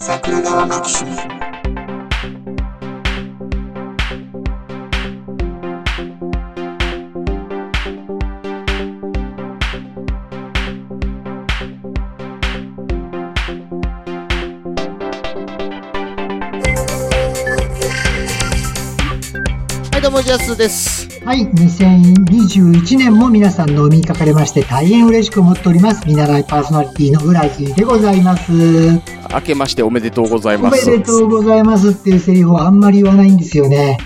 桜川マキシムはい、どうも、ジャスです。はい、2021年も皆さんのお見かかれまして大変嬉しく思っております。見習いパーソナリティの浦井でございます。明けましておめでとうございおまめす。でとうございますっていうセリフをあんまり言わないんですよ ね。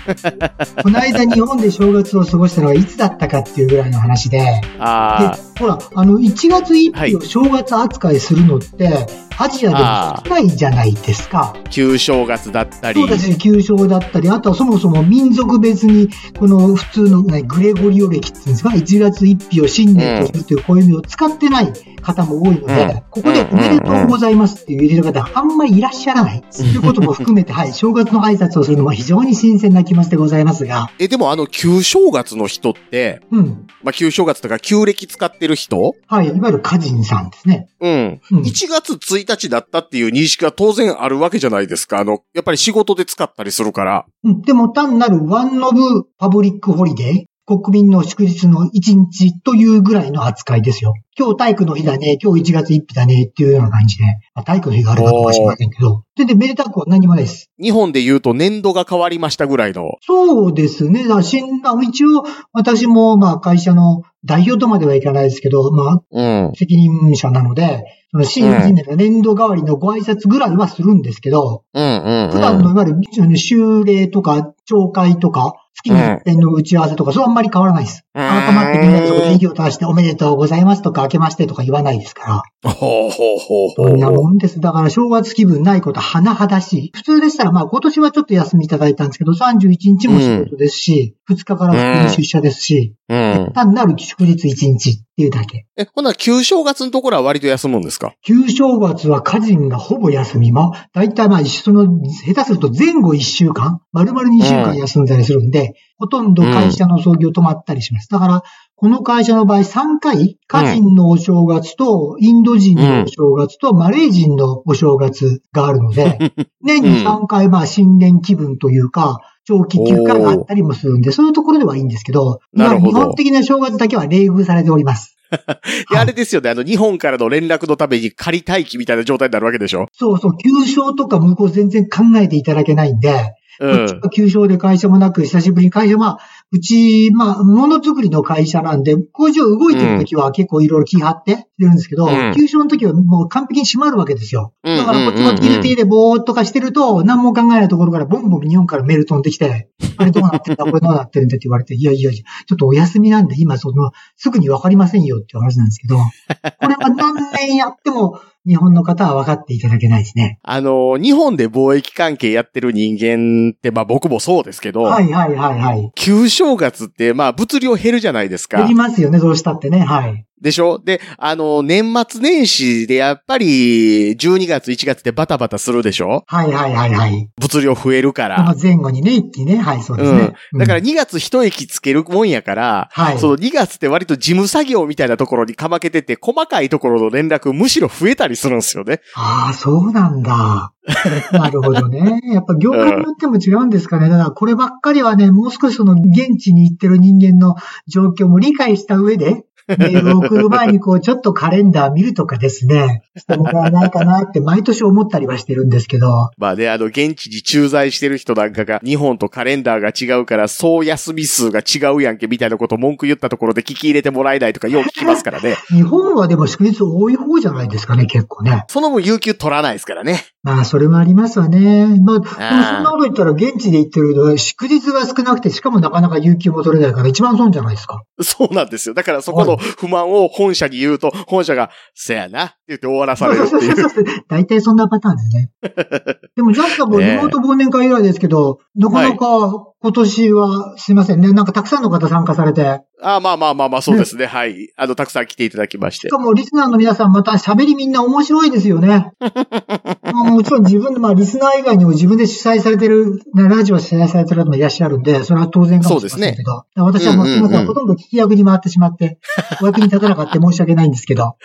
この間日本で正月を過ごしたのがいつだったかっていうぐらいの話で、であほら、あの、1月1日はを正月扱いするのって、アジアでも少ないじゃないですか。あ、旧正月だったりそう、ですね、旧正だったり、あとはそもそも民族別に、この普通のねグレゴリオ歴っていうんですか、1月1日を新年とするという暦を使ってない方も多いので、うんここでおめでとうございますっていう入れる方、あんまりいらっしゃら ない。ということも含めて、はい、正月の挨拶をするのも非常に新鮮な気持ちでございますが、え、でもあの、旧正月の人って、うん。まあ、旧正月とか旧暦使ってる人はい、いわゆる歌人さんですね。ううん。ん1月1日だったっていう認識は当然あるわけじゃないですか。あの、やっぱり仕事で使ったりするから。うん、でも単なるワンノブパブリックホリデー、国民の祝日の一日というぐらいの扱いですよ。今日体育の日だね、今日1月1日だねっていうような感じで、まあ、体育の日があるかもしれませんけど、全然めでたくは何もないです。日本で言うと年度が変わりましたぐらいの。そうですね。だから新あ一応、私もまあ会社の代表とまではいかないですけど、まあうん。責任者なので、その新人年の年度代わりのご挨拶ぐらいはするんですけど、うんうん、普段のいわゆるあの修例とか、懲戒とか、月に一遍の打ち合わせとか、それはあんまり変わらないです。改まってみんなでそこで意を足しておめでとうございますとか、明けましてとか言わないですから。ほうほうほうほそんなう。もんです。だから正月気分ないことは甚だしい。普通でしたら、まあ今年はちょっと休みいただいたんですけど、31日も仕事ですし、2日からは出社ですし、うん。単なる祝日1日っていうだけ。え、ほな、旧正月のところは割と休むんですか旧正月は家人がほぼ休みも、だいたいまあ、その、下手すると前後1週間、丸々2週間休んだりするんで、ほとんど会社の創業止まったりします。だから、この会社の場合3回、家人のお正月と、インド人のお正月と、マレー人のお正月があるので、 年に3回、まあ、新年気分というか、長期休暇があったりもするんで、そういうところではいいんですけど、なるほど日本的な正月だけは冷遇されております。いや、あれですよね。あの、日本からの連絡のために仮待機みたいな状態になるわけでしょそうそう、休賞とか向こう全然考えていただけないんで、うこっんち。は休賞で会社もなく、久しぶりに会社は、うち、まあ、ものづくりの会社なんで、工場動いてる時は結構いろいろ気張ってるんですけど、うん休賞の時はもう完璧に閉まるわけですよ。うんだからこっちも気入れて入れぼーっとかしてると、何も考えないところからボンボン日本からメール飛んできて、あれどうなってんだ、これどうなってるんだって言われて、いやいやいや、ちょっとお休みなんで今その、すぐにわかりませんよっていう話なんですけ ど、これは何年やっても日本の方は分かっていただけないですね。あの、日本で貿易関係やってる人間って、まあ僕もそうですけど、はいはいはいはい。旧正月って、まあ物量減るじゃないです減かり。ますよね、どうしたってね。はい。でしょで、あの、年末年始でやっぱり、12月、1月ってバタバタするでしょはいはいはいはい。物量増えるかそのら。前後にね、一気にね。はい、そうですね。うん。だからうん、 2月一息つけるもんやから、はい。その2月って割と事務作業みたいなところにかまけてて、細かいところの連絡むしろ増えたりするんですよね。ああ、そうなんだ。 なるほどね。やっぱ業界によっても違うんですかね。だからこればっかりはね、もう少しその現地に行ってる人間の状況も理解した上で、メールを送る前にこう、ちょっとカレンダー見るとかですね、してもらえないかなって毎年思ったりはしてるんですけど、まあね、あの、現地に駐在してる人なんかが、日本とカレンダーが違うから、総休み数が違うやんけ、みたいなこと文句言ったところで聞き入れてもらえないとか、よう聞きますからね。日本はでも祝日多い方じゃないですかね、結構ね。 その分、有給取らないですからね。まあ、それもありますわね。まあ、でもそんなこと言ったら、現地で言ってると、祝日が少なくて、しかもなかなか有給も取れないから、一番損じゃないですか。そうなんですよ。だからそこの不満を本社に言うと、本社が、せやな、って言って終わらされるって いう。大体 そんなパターンですね。でも、ジャスカもリモート忘年会以来ですけど、なかなか、こ今年はすいませんね、なんかたくさんの方参加されて、あまあまあまあまあ、そうですね。はい。あの、たくさん来ていただきまし。してかもリスナーの皆さんまた喋りみんな面白いですよね。 まあもちろん自分で、まあリスナー以外にも自分で主催されてる、ねラジオ主催されてる方もいらっしゃるんで、それは当然かもしれませんけど、私はもうすいませうんうんうんん、ほとんど聞き役に回ってしまって、お役に立た なかった申し訳ないんですけど、あ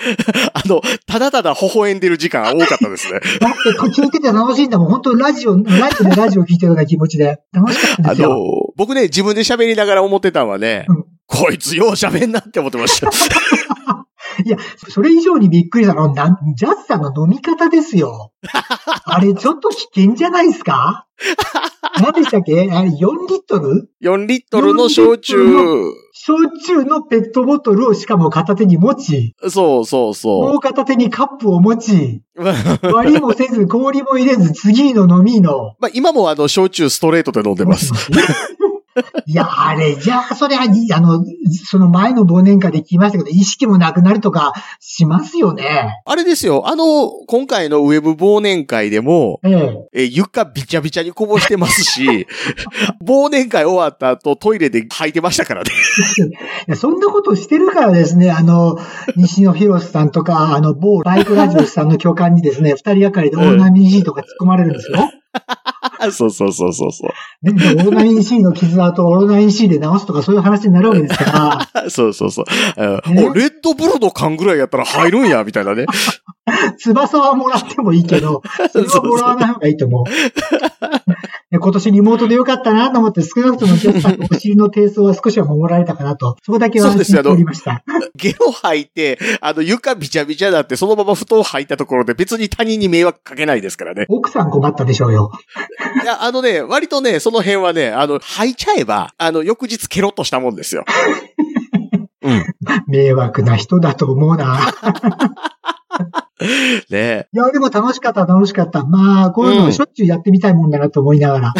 の、ただただ微笑んでる時間多かった ですね。だって途中行ってて楽しいんだもん、本当にラジオ、ラジオでラジオ聞いてるような気持ちで、楽しかったんあですよ。の、僕ね、自分で喋りながら思ってたのはね、うんこいつよう喋んなって思ってました。いや、それ以上にびっくりしたのは、なんジャズさんの飲み方ですよ。あれ、ちょっと危険じゃないですか何でしたっけあれ、4リットル4リットルの焼酎。焼酎のペットボトルをしかも片手に持ち、そうそうもそう 片手にカップを持ち、う。ま割りもせず氷も入れず次の飲みの。あ、今もあの、焼酎ストレートで飲んでます。 いや、あれ、じゃあ、それは、いあの、その前の忘年会で聞きましたけど、意識もなくなるとかしますよね。あれですよ、あの、今回のウェブ忘年会でも、ええ。え、床びちゃびちゃにこぼしてますし、 忘年会終わった後トイレで履いてましたからね。いやそんなことしてるからですね、あの、西野博さんとか、あの、某バイクラジオスさんの巨漢にですね、 二人がかりでオーナミ G とか突っ込まれるんですよ。 そうそうそうそうそう。ね、でオーナイン C の傷跡をオーナイン C で直すとかそういう話になるわけですかそうそうそう。あねおレッドブルの缶ぐらいやったら入るんや、みたいなね。ら、翼はもらってもいいけ ど、それはもらわない方がいいと思う。 で今年リモートでよかったなと思って、少なくともジェフさんのお尻の低層は少しは守られたかなと、そこだけはそうで安す心よしておりました。 ゲロ吐いて、あの床びちゃびちゃだって、そのまま布団履いたところで別に他人に迷惑かけないですからね。奥さん困ったでしょうよ。いや、あのね、割とね、その辺はね、あの、吐いちゃえば、あの、翌日ケロッとしたもんです よ。うん。迷惑な人だと思うな。ねえいや、でも楽しかった、楽しかった。まあ、こういうのしょっちゅうやってみたいもんだなと思いなが ら。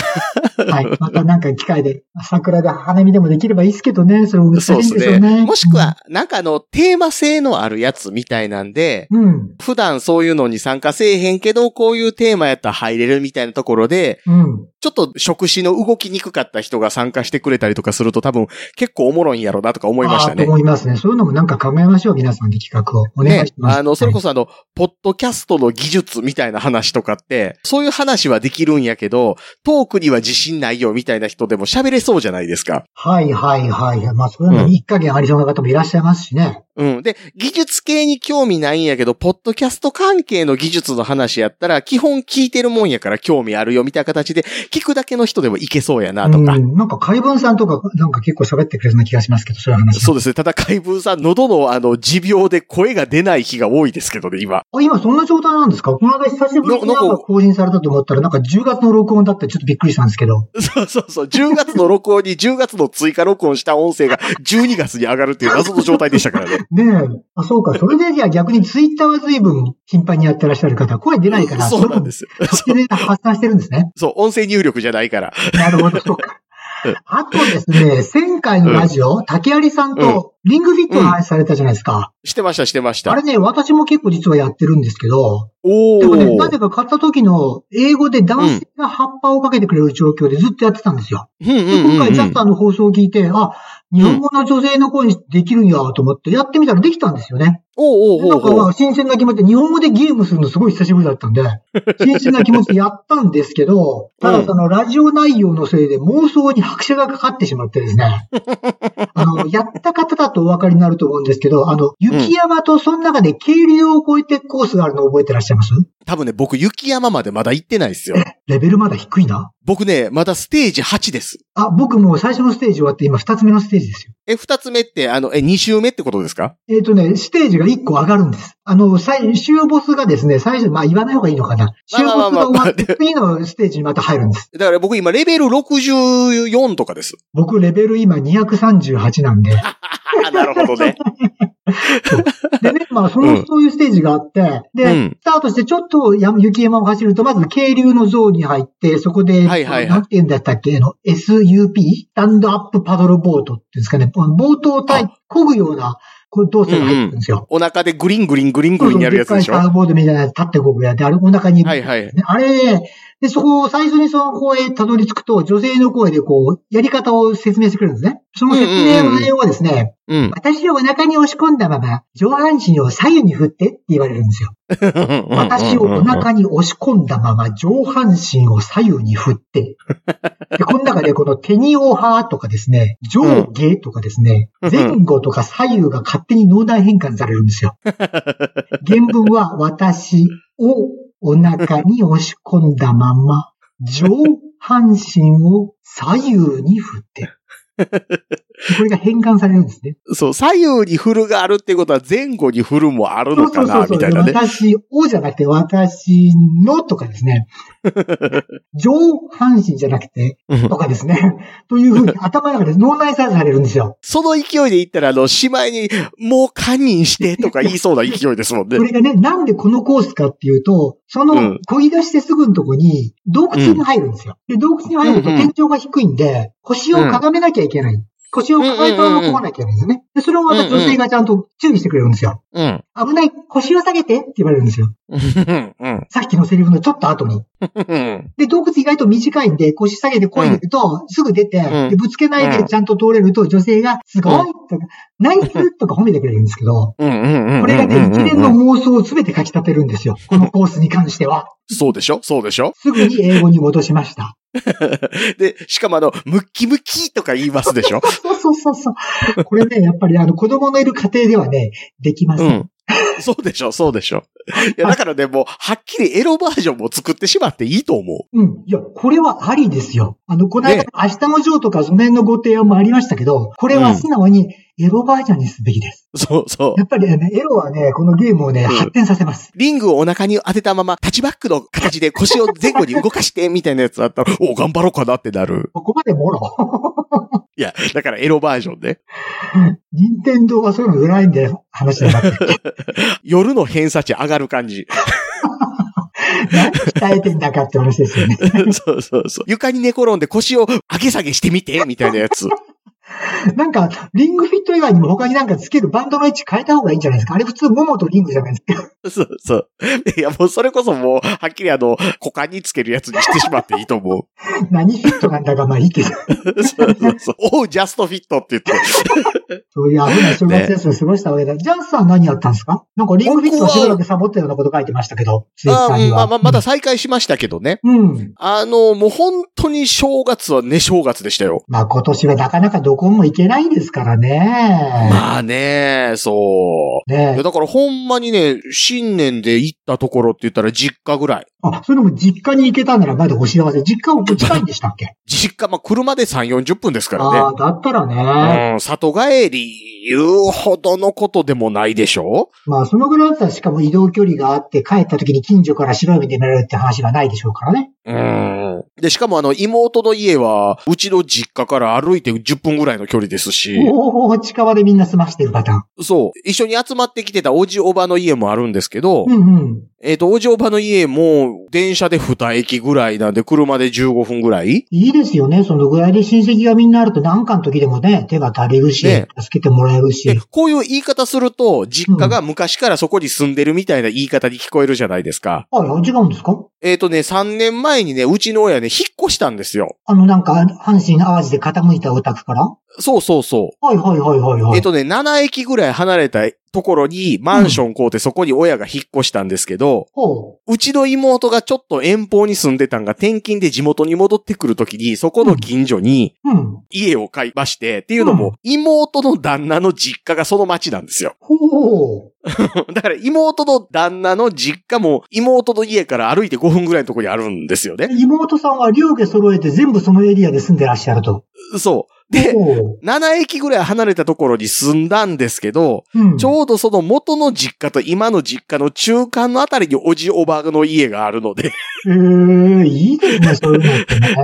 はい。またなんか機会で、桜で花見でもできればいいですけどね。それも難しそうでいんすでしょうね。ね。もしくは、なんかあの、テーマ性のあるやつみたいなんで、うん。うん。普段そういうのに参加せえへんけど、こういうテーマやったら入れるみたいなところで、うん。ちょっと職種の動きにくかった人が参加してくれたりとかすると多分結構おもろいんやろうなとか思いましたあーねと。思いますね。そういうのもなんか考えましょう、皆さんで企画を。お願ねいし、ます。あの、それこそ。そあの、ポッドキャストの技術みたいな話とかって、そういう話はできるんやけど、トークには自信ないよみたいな人でも喋れそうじゃないですか。はいはいはい。まあ、そういうのに一加減ありそうな方もいらっしゃいますしね。うん。で、技術系に興味ないんやけど、ポッドキャスト関係の技術の話やったら、基本聞いてるもんやから興味あるよみたいな形で、聞くだけの人でもいけそうやなとか。うん。なんか、海文さんとか、なんか結構喋ってくれそうな気がしますけど、そういう話。そうですね。ただ、海文さん、喉の、あの、持病で声が出ない日が多いですけどね、今。 あ今そんな状態なんですかこの間久しぶりになんのなかんか更新されたと思ったら、なんか10月の録音だってちょっとびっくりしたんですけど。そうそうそう。10月の録音に10月の追加録音した音声が12月に上がるっていう謎の状態でしたからね。 ねえ。あ、そうか。それで、じゃあ逆にツイッターは随分頻繁にやってらっしゃる方、声出ないから、。そうなんですすよ。それで発散してるんですね。そう、音声入力じゃないから。 なるほど、そうかうん。あとですね、前回のラジオ、竹有さんとリングフィットの話されたじゃないですか。してました、してましあたれ。ね、私も結構実はやってるんですけど、おでもね、なー。ぜか買った時の英語で男性が葉っぱをかけてくれる状況でずっとやってたんですよ。うんうんで今うんう回、ジャんスターの放送を聞いて、あ、日本語の女性の声にできるんやと思って、やってみたらできたんですよね。おーおーなおんーおーか、新鮮な気持ちで、日本語でゲームするのすごい久しぶりだ ったんで、新鮮な気持ちでやったんですけど、ただそのラジオ内容のせいで妄想に拍車がかかってしまってです ね、あの、やった方だとお分かりになると思うんですけど、あの、雪山とその中で渓流を越えてコースがあるの覚えてらっしゃいます多分ね、僕、雪山までまだ行ってないですよ。レベルまだ低いな。僕ね、まだステージ8です。あ、僕もう最初のステージ終わって今二つ目のステージですよ。え、二つ目って、あの、え、二周目ってことですかえっ、とね、ステージが1個上がるんです。あの、最、終ボスがですね、最初、まあ言わない方がいいのかな。終まボあまスあまあが終まあわって、次のステージにまた入るんです。だから僕今、レベル64とかです。僕、レベル今238なんで。あ、なるほどね。で ね、まあ、そうの、んそういうステージがあって、で、うんスタートしてちょっとや雪山を走ると、まず、渓流のゾーンに入って、そこで、はいはいはいなんて言うんだったっけ、あの、SUP? スタンドアップパドルボートっていうんですかね、あのボートをたい漕ぐような、こう動作が入ってるんですよ。お腹でグリングリングリングリンやるやつでしょそうそうでっかいサーフボードみたいなやつ立ってこぐやつで、あれお腹に、はいはい。ねあれ、で、そこを最初にその公園へたどり着くと、女性の声でこう、やり方を説明してくれるんですね。その説明の内容はですね、うん。私をお腹に押し込んだまま、上半身を左右に振ってって言われるんですよ。私をお腹に押し込んだまま、上半身を左右に振って。で、この中でこの手にオハとかですね、上下とかですね、うん前後とか左右が勝手に脳内変換されるんですよ。原文は、私をお腹に押し込んだまま、上半身を左右に振って。でこれが変換されるんですね。そう、左右に振るがあるってことは前後に振るもあるのかな、みたいなね。私をじゃなくて、私のとかです ね。上半身じゃなくて、うんとかですね。というふうに頭の中で脳内再生されるんですよ。その勢いで言ったら、あの、しまいに、もう堪忍してとか言いそうな勢いですもんねこ。れがね、なんでこのコースかっていうと、そうのん、漕ぎ出してすぐのとこに、洞窟に入るんですよ。で、洞窟に入るとうんうん天井が低いんで、腰をかがめなきゃいけない。腰を抱えたまま漕がなきゃいけないんですよね。で、それをまた女性がちゃんと注意してくれるんですよ。うん。危ない、腰を下げてって言われるんですよ。うん。うんさっきのセリフのちょっと後に。うん。で、洞窟意外と短いんで、腰下げて漕いでると、すぐ出て、うんでぶつけないでちゃんと通れると、女性が、すごいとか、ナイスとか褒めてくれるんですけど、うんうんうん。これがうね、ん一連の。妄想を全てかき立てるんですよ。このコースに関しては。そうでしょそうでしょすぐに英語に戻しました。 で、しかもあの、ムッキムキとか言いますでしょそうそうそうそう。これね、やっぱりあの、子供のいる家庭ではね、できまうせん。ん。そうでしょそうでしょいや、だからね、もう、はっきりエロバージョンも作ってしまっていいと思うん。いや、これはありですよ。あの、この間、ね明日のジョーとかその辺のご提案もありましたけど、これうはん素直にエロバージョンにすべきです。う。そうそうや。っぱりね、エロはね、このゲームをね、うん発展させます。リングをお腹に当てたまま、タッチバックの形で腰を前後に動かして、みたいなやつだったら、お、頑張ろうかなってなる。ここまでもろ。 いや、だからエロバージョンね。任天堂はそういうの偉いんで話だなって。 夜の偏差値上がる感じ。 何鍛えてんだかって話ですよね。そうそうそう。床に寝転んで腰を上げ下げしてみて、みたいなやつ。なんか、リングフィット以外にも他になんかつけるバンドの位置変えた方がいいんじゃないですか。あれ普通、ももとリングじゃないですか。 そうそう。いや、もうそれこそもう、はっきりあの、股間につけるやつにしてしまっていいと思何フィットなんだかまあいいけど。う。 そうそうそう。おう、ジャストフィットっ て言って。そういう危ない正月休み過ごしたわけだ。ジャンさん何やったんですかなんかリングフィットをしばらくサボったようなこと書いてましたけど、ツイッあターーうにんまは。あまあ、まだ再開しましたけどね。うん。あの、もう本当に正月はね、正月でしたよ。まあ今年はなかなかどこも行けないですからね。まあね、そう。いねや、だからほんまにね、新年で行ったところって言ったら実家ぐらい。あ、それでも実家に行けたならまだお幸せ。実家を近いんでしたっけ実家、まあ車で3、40分ですからねあ。あ、だったらね。うん、里帰り言うほどのことでもないでしょまあそのぐらいだったらしかも移動距離があって帰った時に近所から白い目で見られるって話がないでしょうからね。うん。で、しかもあの、妹の家は、うちの実家から歩いて10分ぐらいの距離ですし、おお、近場でみんな済ましてるパターン。そう、一緒に集まってきてたおじおばの家もあるんですけど、うんうん。えっ、と、おじおばの家も、電車で2駅ぐらいなんで、車で15分ぐらいいいですよね。そのぐらいで親戚がみんなあると何かの時でもね、手が足りるし、ね助けてもらえるしで。、こういう言い方すると、実家が昔からそこに住んでるみたいな言い方に聞こえるじゃないですか。あ、いや違うんですかえっ、とね、3年前にね、うちの親ね、引っ越したんですよ。あの、なんか、阪神淡路で傾いたお宅からはそうそうそう。いはいはいはいはい。えっとね、7駅ぐらい離れたところにマンション買うてそこに親が引っ越したんですけど、ほうちの妹がちょっと遠方に住んでたんが転勤で地元に戻ってくるときに、そこの近所にう。うん。家を買いまして、っていうのうんも、妹の旦那の実家がその町なんですよ。 ほう。だから妹の旦那の実家も妹の家から歩いて5分ぐらいのところにあるんですよね。妹さんは両家揃えて全部そのエリアで住んでらっしゃると。そう。で、ほ7駅ぐらい離れたところに住んだんですけど、う。うん。ちょうどその元の実家と今の実家の中間のあたりにおじおばの家があるので、 えー、いいですね、そういうのってね。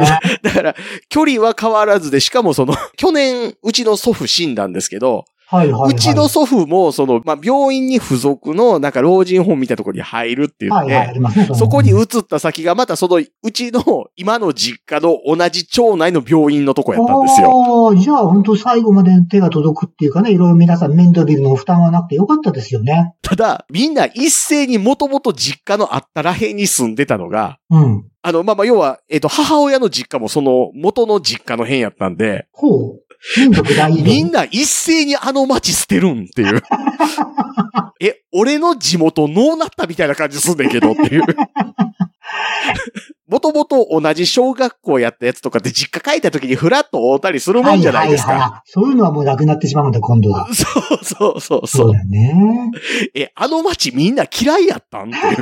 だから距離は変わらずで、しかもその、去年うちの祖父死んだんですけど、はいはい、はい。 うちの祖父も、その、まあ、病院に付属の、なんか老人ホームみたいなところに入るって言っはいて、はい、ありますね。のそこに移った先がまたその、うちの今の実家の同じ町内の病院のとこやったんですよ。ああ、じゃあ本当最後まで手が届くっていうかね、いろいろ皆さんメンドビルの負担はなくてよかったですよね。ただ、みんな一斉にもともと実家のあったらへんに住んでたのが、うん。あの、まあ、まあ、要は、えっ、と、母親の実家もその元の実家の辺やったんで、ほう。民族大移動。みんな一斉にあの町捨てるんっていう。え、俺の地元のうなったみたいな感じすんねんけどっていう。もともと同じ小学校やったやつとかって実家帰った時にフラッと会うたりするもんじゃないですははか。はそういうのはもうなくなってしまうんだ、今度は。そうそうそうそう。だね。え、あの町みんな嫌いやったんって いう。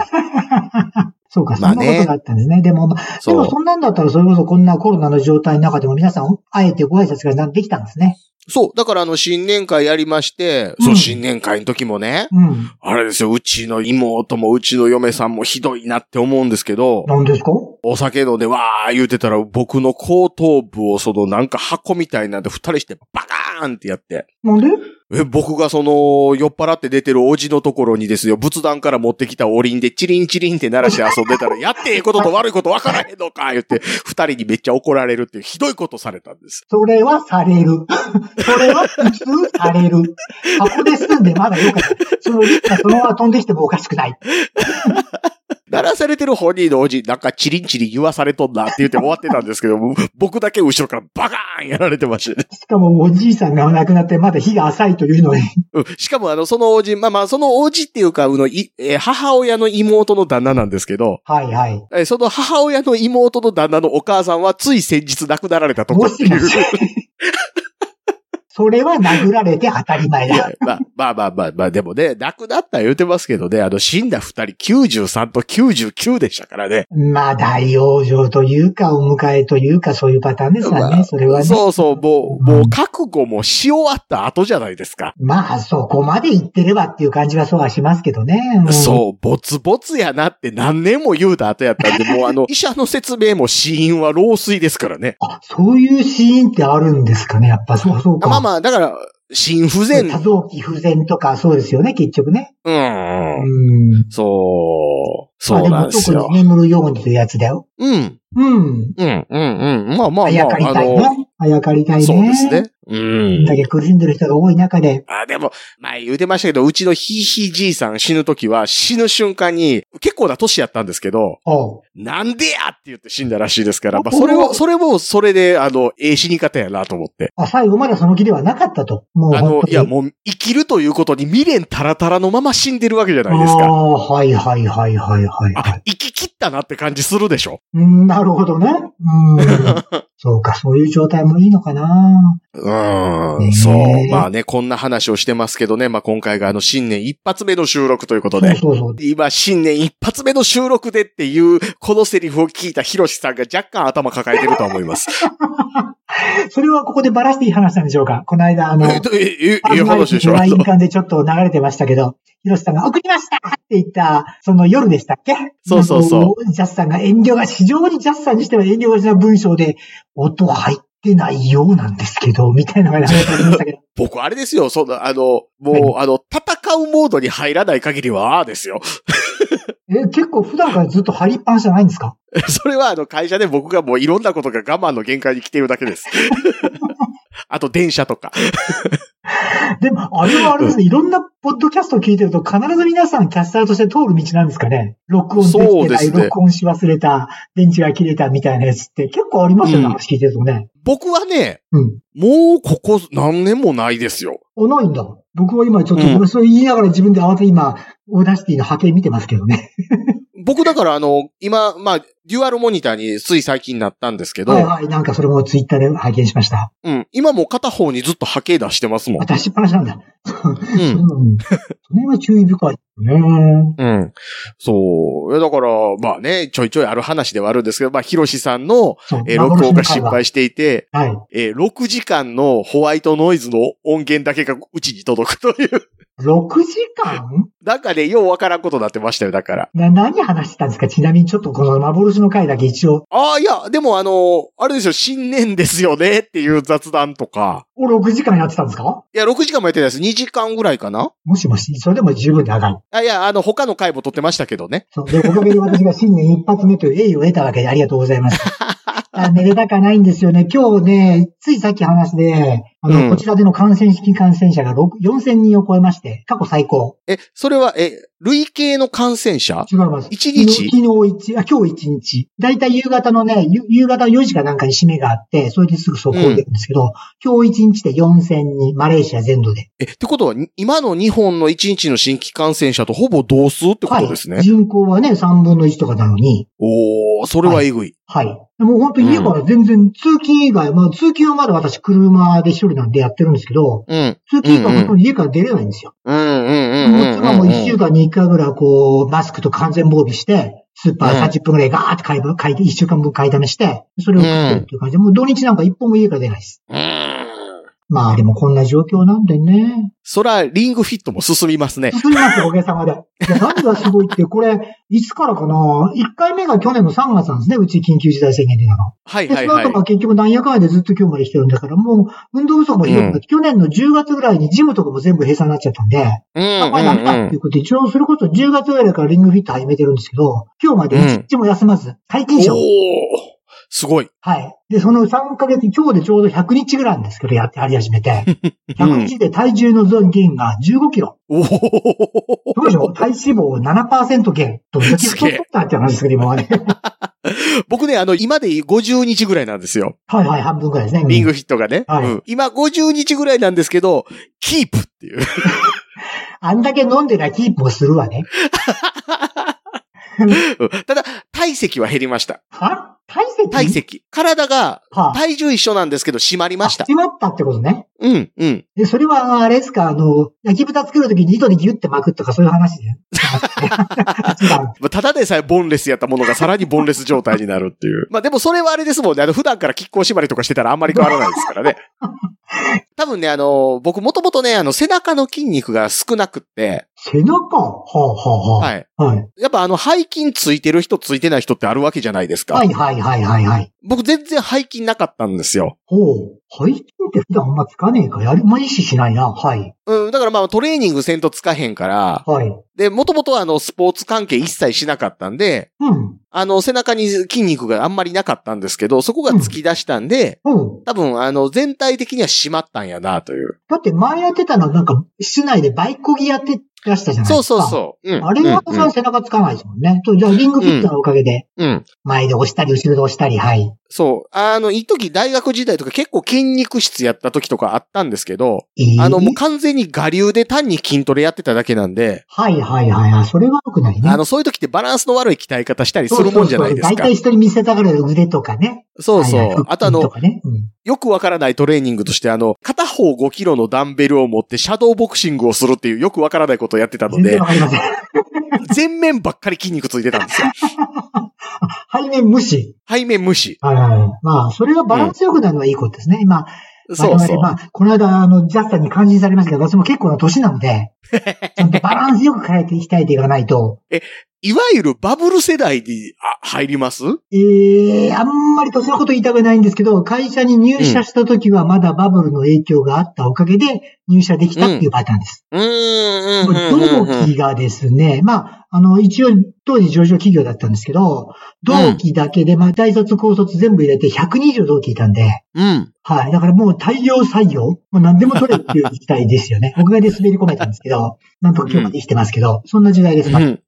そうか、そまあんなねことがあったんですね。でも、まあでそもう。そんなんだったら、それこそこんなコロナの状態の中でも皆さん、あえてご挨拶ができたんですね。そう。だからあの、新年会やりまして、うんそう、新年会の時もね、うん。あれですよ、うちの妹もうちの嫁さんもひどいなって思うんですけど、なんですかお酒飲んでわー言うてたら、僕の後頭部をそのなんか箱みたいなんで二人してバカーンってやって、なんでえ、僕がその、酔っ払って出てるおじのところにですよ、仏壇から持ってきたおりんでチリンチリンって鳴らして遊んでたら、やってええことと悪いこと分からへんのか言って、二人にめっちゃ怒られるっていうひどいことされたんです。それはされる。 それは普通される。箱で済んでまだよかった。そのリスがそのまま飛んできてもおかしくない。鳴らされてる本人のおじ、なんかチリンチリン言わされとんなって言って終わってたんですけど、 もう僕だけ後ろからバカーンやられてましたね。 しかもおじいさんが亡くなってまだ火が浅いというのに。うんしかもあの、そのおじ、まあまあ、そのおじっていうか、あの、い、えー母親の妹の旦那なんですけど、はいはい。えーその母親の妹の旦那のお母さんはつい先日亡くなられたとこ もってしいもうし。それは殴られて当たり前 だ。まあまあまあまあまあ、でもね、亡くなった言うてますけどね、あの、死んだ二人93と99でしたからね。まあ、大往生というか、お迎えというか、そういうパターンですわまあね、それはね。そうそう、もう、もう覚悟もし終わった後じゃないですか。まあ、そこまで言ってればっていう感じはそうはしますけどね。うんそう、ぼつぼつやなって何年も言うた後 やったんで、もうあの、医者の説明も死因は老衰ですからね。あ、そういうシーンってあるんですかね、やっぱそうそうか。まあまあ、だから、心不全。多臓器不全とか、そうですよね、結局ね。うん。うん。そう。まあそうなんですもよ特。に眠るようにというやつだよ。うん。うん。うん、うん、うん。まあまああまやかりあ、あたいの、ね。あやかりたいね。そうですね。うこんんだ。け苦しんでる人が多い中で。あ、でも、前言うてましたけど、うちのひいひいじいさん死ぬときは、死ぬ瞬間に、結構な年やったんですけど、おうなんでやって言って死んだらしいですから、まあ、それを、それも、それで、あの、ええ死に方やなと思って。あ、最後までその気ではなかったと。もうあ本の当、に。いや、もう、生きるということに未練たらたらのまま死んでるわけじゃないですあか。あ、はいはいはいはいはい、はいあ、。生き切ったなって感じするでしょ。うんなるほどね。 うん。そうか、そういう状態もいいのかな。うーねん、えそう。まあね、こんな話をしてますけどね、まあ今回があの新年一発目の収録ということで。そうそう。今、新年一発目の収録でっていう、このセリフを聞いたヒロシさんが若干頭抱えてるとは思います。それはここでバラしていい話なんでしょうかこの間、あの、え、え、え、え、いう話でしょライン間でちょっと流れてましたけど、ヒロシさんが送りましたって言った、その夜でしたっけそうそうそうう。ジャスさんが遠慮が、非常にジャスさんにしては遠慮がちな文章で、音入ってないようなんですけど、みたいなのが流れてました けど。僕、あれですよ、その、あの、もう、あの、戦うモードに入らない限りは、ああですよ。 え、結構普段からずっと張りっぱなしじゃないんですかそれは、あの、会社で僕がもういろんなことが我慢の限界に来てるだけです。 あと、電車とか。でも、あれはあれですね、いろんなポッドキャストを聞いてると、必ず皆さんキャスターとして通る道なんですかね。録音でそうきてでない、すね録音し忘れた、電池が切れたみたいなやつって結構ありますよね、うん話聞いてるとね。僕はね、うん。もう、ここ何年もないですよ。お、ないんだ。僕は今ちょっと、うんそれ言いながら自分で慌てて今、オーダーシティの波形見てますけどね。僕だからあの、今、まあ、デュアルモニターについ最近なったんですけど、はいはい、なんかそれもツイッターで拝見しました。うん、今もう片方にずっと波形出してますもんあ、。出しっぱなしなんだ。う。うんん。その辺は注意深いよね。うん。そう。えだから、まあね、ちょいちょいある話ではあるんですけど、まあ、ヒロシさんの、そう。えー録音が幻失の回は敗していて、はい。えー6時間のホワイトノイズの音源だけがうちに届くという。 6時間なんかね、ようわからんことになってましたよ、だから。な、何話してたんですかちなみにちょっとこの幻の回だけ一応。ああ、いや、でもあの、あれですよ、新年ですよねっていう雑談とか。お、6時間やってたんですかいや、6時間もやってないです。2時間ぐらいかなもしもし、それでも十分長い。あ、いや、あの、他の回も撮ってましたけどね。そう。で、おかげで私が新年一発目という栄誉を得たわけでありがとうございます。あめでたかないんですよね。今日ね、ついさっき話で、あの、うんこちらでの感染式感染者が6 4000人を超えまして、過去最高。え、それは、え、累計の感染者違います。一日昨日昨日一、あ、今日一日。だいたい夕方のね、ゆ夕方の4時かなんかに締めがあって、それですぐ速報出るんですけど、今日一日で4000人、マレーシア全土で。え、ってことは、に今の日本の1日の新規感染者とほぼ同数ってことですね。はい。人口はね、3分の1とかなのに、おー、それはえぐい。はい。もう本当家から全然、通勤以外、まあ通勤はまだ私車で一人なんでやってるんですけど、うん。通勤以外は本当に家から出れないんですよ。うんううんうんんもううん妻も1週間に1回ぐらいこう、マスクと完全防備して、スーパー30分ぐらいガーって買い、買い、1週間分買いだめして、それを食ってるっていう感じで、もう土日なんか一本も家から出ないです。うん。まあでもこんな状況なんでね。そら、リングフィットも進みますね。進みますよ、おかげさま で。いや何がすごいって、これ、いつからかな ?1 回目が去年の3月なんですね、うち緊急事態宣言でなの。はいで、はそいのはい後。も結局なんやかんやでずっと今日まで来てるんだから、もう運動不足もひどくなって、うん去年の10月ぐらいにジムとかも全部閉鎖になっちゃったんで、うんあこれダメだっていうことで、一応それこそ10月ぐらいからリングフィット始めてるんですけど、今日まで一日も休まず、皆勤お賞。ー、すごい。はい。で、その3ヶ月、今日でちょうど100日ぐらいなんですけど、やって、やり始め て。100日で体重の増減が15キロ。おー。どうでしょう体脂肪7%減。ど れだけ太っとったって話ですけど、今はね。 僕ね、あの、今で50日ぐらいなんですよ。はいはい、半分ぐらいですね。リングフィットがね。はいうん今50日ぐらいなんですけど、キープっていう。 あんだけ飲んでりゃキープもするわね。うんただ、体積は減りました。は体積体積。体が、は体重一緒なんですけど、締まりました。閉まったってことね。うん、うん。で、それは、あれですか、あの、焼き豚作るときに糸でギュって巻くとかそういう話で。違う。まあただでさえボンレスやったものがさらにボンレス状態になるって いう。まあでもそれはあれですもんね。あの普段から亀甲縛りとかしてたらあんまり変わらないです からね。多分ね、あの、僕もともとね、あの背中の筋肉が少なくって、 背中はあ、ははい。あ、はあ。はい。やっぱあの背筋ついてる人ついてない人ってあるわけじゃないですか。はい、はい、はい、はい、はい。僕全然背筋なかったんですよ。ほう。背筋って普段あんまつかねえか。やる、まあ、意識しないな。はい。うん、だからまあトレーニングせんとつかへんから、はい。で、もともとあのスポーツ関係一切しなかったんで、うん。あの背中に筋肉があんまりなかったんですけど、そこが突き出したんで、うん。多分あの全体的には締まったんやなという。だって前やってたのはなんか、室内でバイクギやってらしたじゃないですか。そうそうう。そう。うんあれはさ、背中つかないですもんね。とじゃあ、リングフィットのおかげで、うんうん。前で押したり、後ろで押したり、はい。そう。あの、一時大学時代とか結構筋肉質やった時とかあったんですけど、えーあの、もう完全に我流で単に筋トレやってただけなんで、はいはいはいはい。それは良くないね。あの、そういう時ってバランスの悪い鍛え方したりするもんじゃないでそうそうそすうか大体。人に見せたがる腕とかね。そうそ。はいはいうあと腹あ筋との、かねうんよくわからないトレーニングとして、あの、片方5キロのダンベルを持ってシャドーボクシングをするっていうよくわからないことをやってたの全然でわ、かりません。全面ばっかり筋肉ついてたんで すよ。背面無視。背面無視。はいはいはい。まあ、それがバランス良くなるのはいいことですね。今、そう我そう々。まあ、この間、あの、ジャスさんに感心されましたけど、私も結構な年なの で、ちゃんとバランスよく変えて、鍛えていかないと、いわゆるバブル世代にあ入りますええあんまり年のこと言いたくないんですけど、会社に入社した時はまだバブルの影響があったおかげで入社できたっていうパターンです。うん、うん同期がですね、まあ、あの、一応、当時上場企業だったんですけど、同期だけで、まあ、大卒高卒全部入れて120同期いたんで、うん。はい。だからもう大量採用、もう何でも取れるっていう時代ですよ ね。おかげで滑り込めたんですけど、なんとか今日まで生きてますけど、そんな時代 です。だうん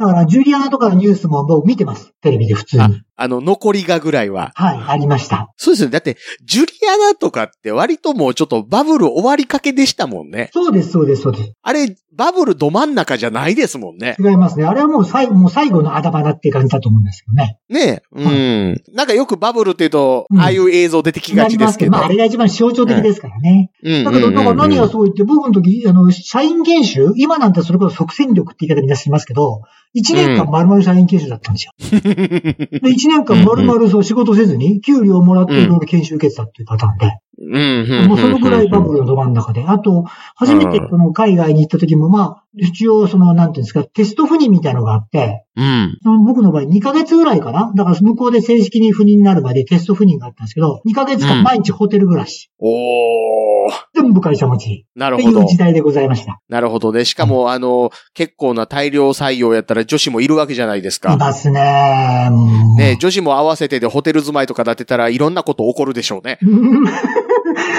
から、ジュリアナとかのニュースももう見てます。テレビで普通に。はい、あの、残りがぐらいは。ありました。そうですよね。だって、ジュリアナとかって割ともうちょっとバブル終わりかけでしたもんね。そうです、そうです、そうです。あれ、バブルど真ん中じゃないですもんね。違いますね。あれはもう最後、もう最後のあだばだっていう感じだと思うんですよね。ねえ。うん。なんかよくバブルって言うと、うんああいう映像出てきがちですけど。まあ、あれが一番象徴的ですからね。うんだけど、なんか何がすうごいって、僕の時、あの、社員研修、今なんてそれこそ即戦力って言い方みんなしますけど、1年間丸々社員研修だったんですよ。んうんで、1 1年間丸々そう仕事せずに、給料をもらっていろいろ研修受けてたっていうパターンで。うん。もうそのぐらいバブルのど真ん中で。あと、初めてこの海外に行った時も、まあ、一応その、なんていうんですか、テスト赴任みたいなのがあって、うん。その僕の場合2ヶ月ぐらいかなだから向こうで正式に赴任になるまでテスト赴任があったんですけど、2ヶ月うん間毎日ホテル暮らし。おー。全部会社持ち。なるってほいどう。時代でございました。なるほどね。しかも、あの、結構な大量採用やったら女子もいるわけじゃないですいか。ますね。うんね女子も合わせてでホテル住まいとか建てたらいろんなこと起こるでしょうね。うん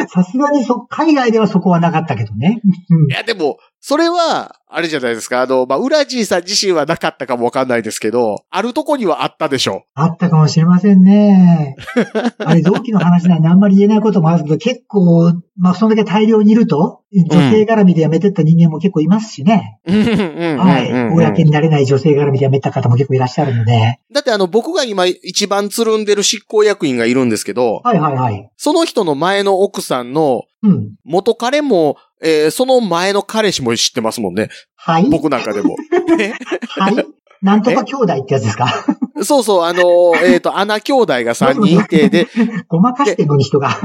さすがにそ、海外ではそこはなかったけどね。うんいや、でも、それは、あれじゃないですか。あの、まあ、ウラジーさん自身はなかったかもわかんないですけど、あるとこにはあったでしょあったかもしれません ね。あれ、同期の話なんであんまり言えないこともあるけど、結構、まあ、そんだけ大量にいると、女性絡みで辞めてった人間も結構いますしね。う。うんうんはい。公になれない女性絡みで辞めた方も結構いらっしゃるので。だってあの、僕が今一番つるんでる執行役員がいるんですけど、はいはいはい。その人の前の奥さんのうん。元彼も、えーその前の彼氏も知ってますもんね。はい。僕なんかでも。 ねはい。なんとか兄弟ってやつですか。そうそう、あのー、えっ、と、穴兄弟が3人いて、で、ごまかしてんのに人が。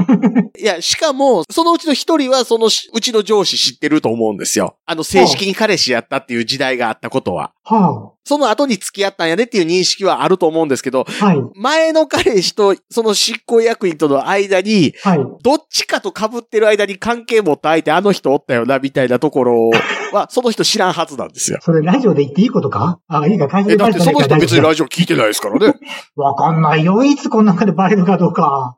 いや、しかも、そのうちの1人は、そのし、うちの上司知ってると思うんですよ。あの、正式に彼氏やったっていう時代があったことは。はその後に付き合ったんやでっていう認識はあると思うんですけどあ。、はい。前の彼氏と、その執行役員との間に、はい。どっちかと被ってる間に関係持った相手、あの人おったよな、みたいなところは、その人知らんはずなんですよ。それラジオで言っていいことかあ、いいか、会社え、でバだっレてたそらいいかの人大別丈に夫ラジオ聞いてないですからね。わかんないよ。いつこの中でバレるかどう か。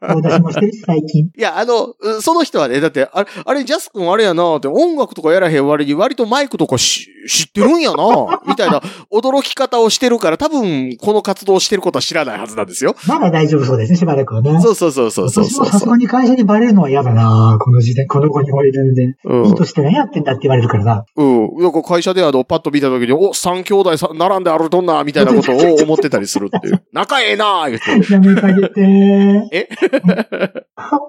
私もしてるし、最近。いや、あの、うその人はね、だって、あれ、あれ、ジャス君あれやなって、音楽とかやらへん割に割とマイクとかし知ってるんやな みたいな驚き方をしてるから、多分、この活動をしてることは知らないはずなんですよ。まだ大丈夫そうですね、しばらくはね。そうそうそうそうそう私そもうさすがに会社にバレるのは嫌だなこの時代、この子に惚れるんで。いいとして何やってんだって言われるからな。うん。うん。なんか会社であの、パッと見た時に、お、三兄弟さ並んで歩いとんな、みたいなこ とを思ってたりするっていう。仲ええな言って。やめてあげて。 え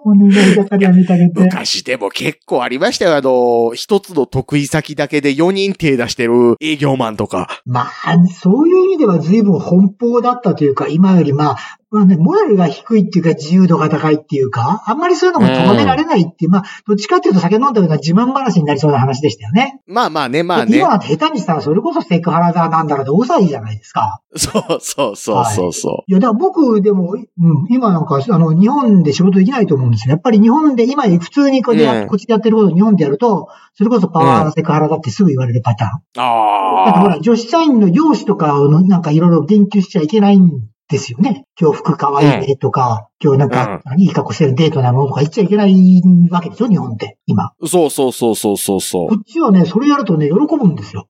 お願いだからやめてあげて。昔でも結構ありましたよ。あの、一つの得意先だけで4人手出してる営業マンとか。まあ、そういう意味では随分奔放だったというか、今よりまあ、まあね、モラルが低いっていうか、自由度が高いっていうか、あんまりそういうのが止められないっていう、まあ、どっちかっていうと酒飲んだような自慢話になりそうな話でしたよね。まあまあね、まあね。今は下手にしたら、それこそセクハラだなんだらで大騒ぎじゃないですか。そうそうそうそうそいや、だから僕でも、うん、今なんか、あの、日本で仕事できないと思うんですよ。やっぱり日本で、今普通にこれやうんこっちでやってることを日本でやると、それこそパワハラ、セクハラだってすぐ言われるパターン。う。だってほああ。ら、女子社員の容姿とかのなんかいろいろ言及しちゃいけないんですよね。今日服可愛いねとか、今日なんか、いい格好してるデートなのとか言っちゃいけないわけでしょ、日本って、今。そうそうそうそうそうそこっちはね、それやるとね、喜ぶん ですよ。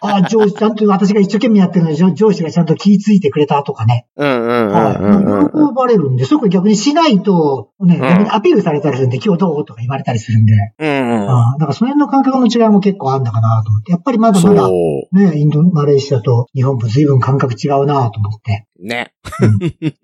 ああ、上司、ちゃんと私が一生懸命やってるのに、上上司がちゃんと気ぃついてくれたとかね。う。うんうんうんうんはい。喜ばれるんで、そこ逆にしないと、ね、ん逆にアピールされたりするんで、今日どうとか言われたりするんで。うんうん。ああ、だからその辺の感覚の違いも結構あるのかなと思って。やっぱりまだまだ、そね、インド、マレーシアと日本も随分感覚違うなと思って。う。ね。で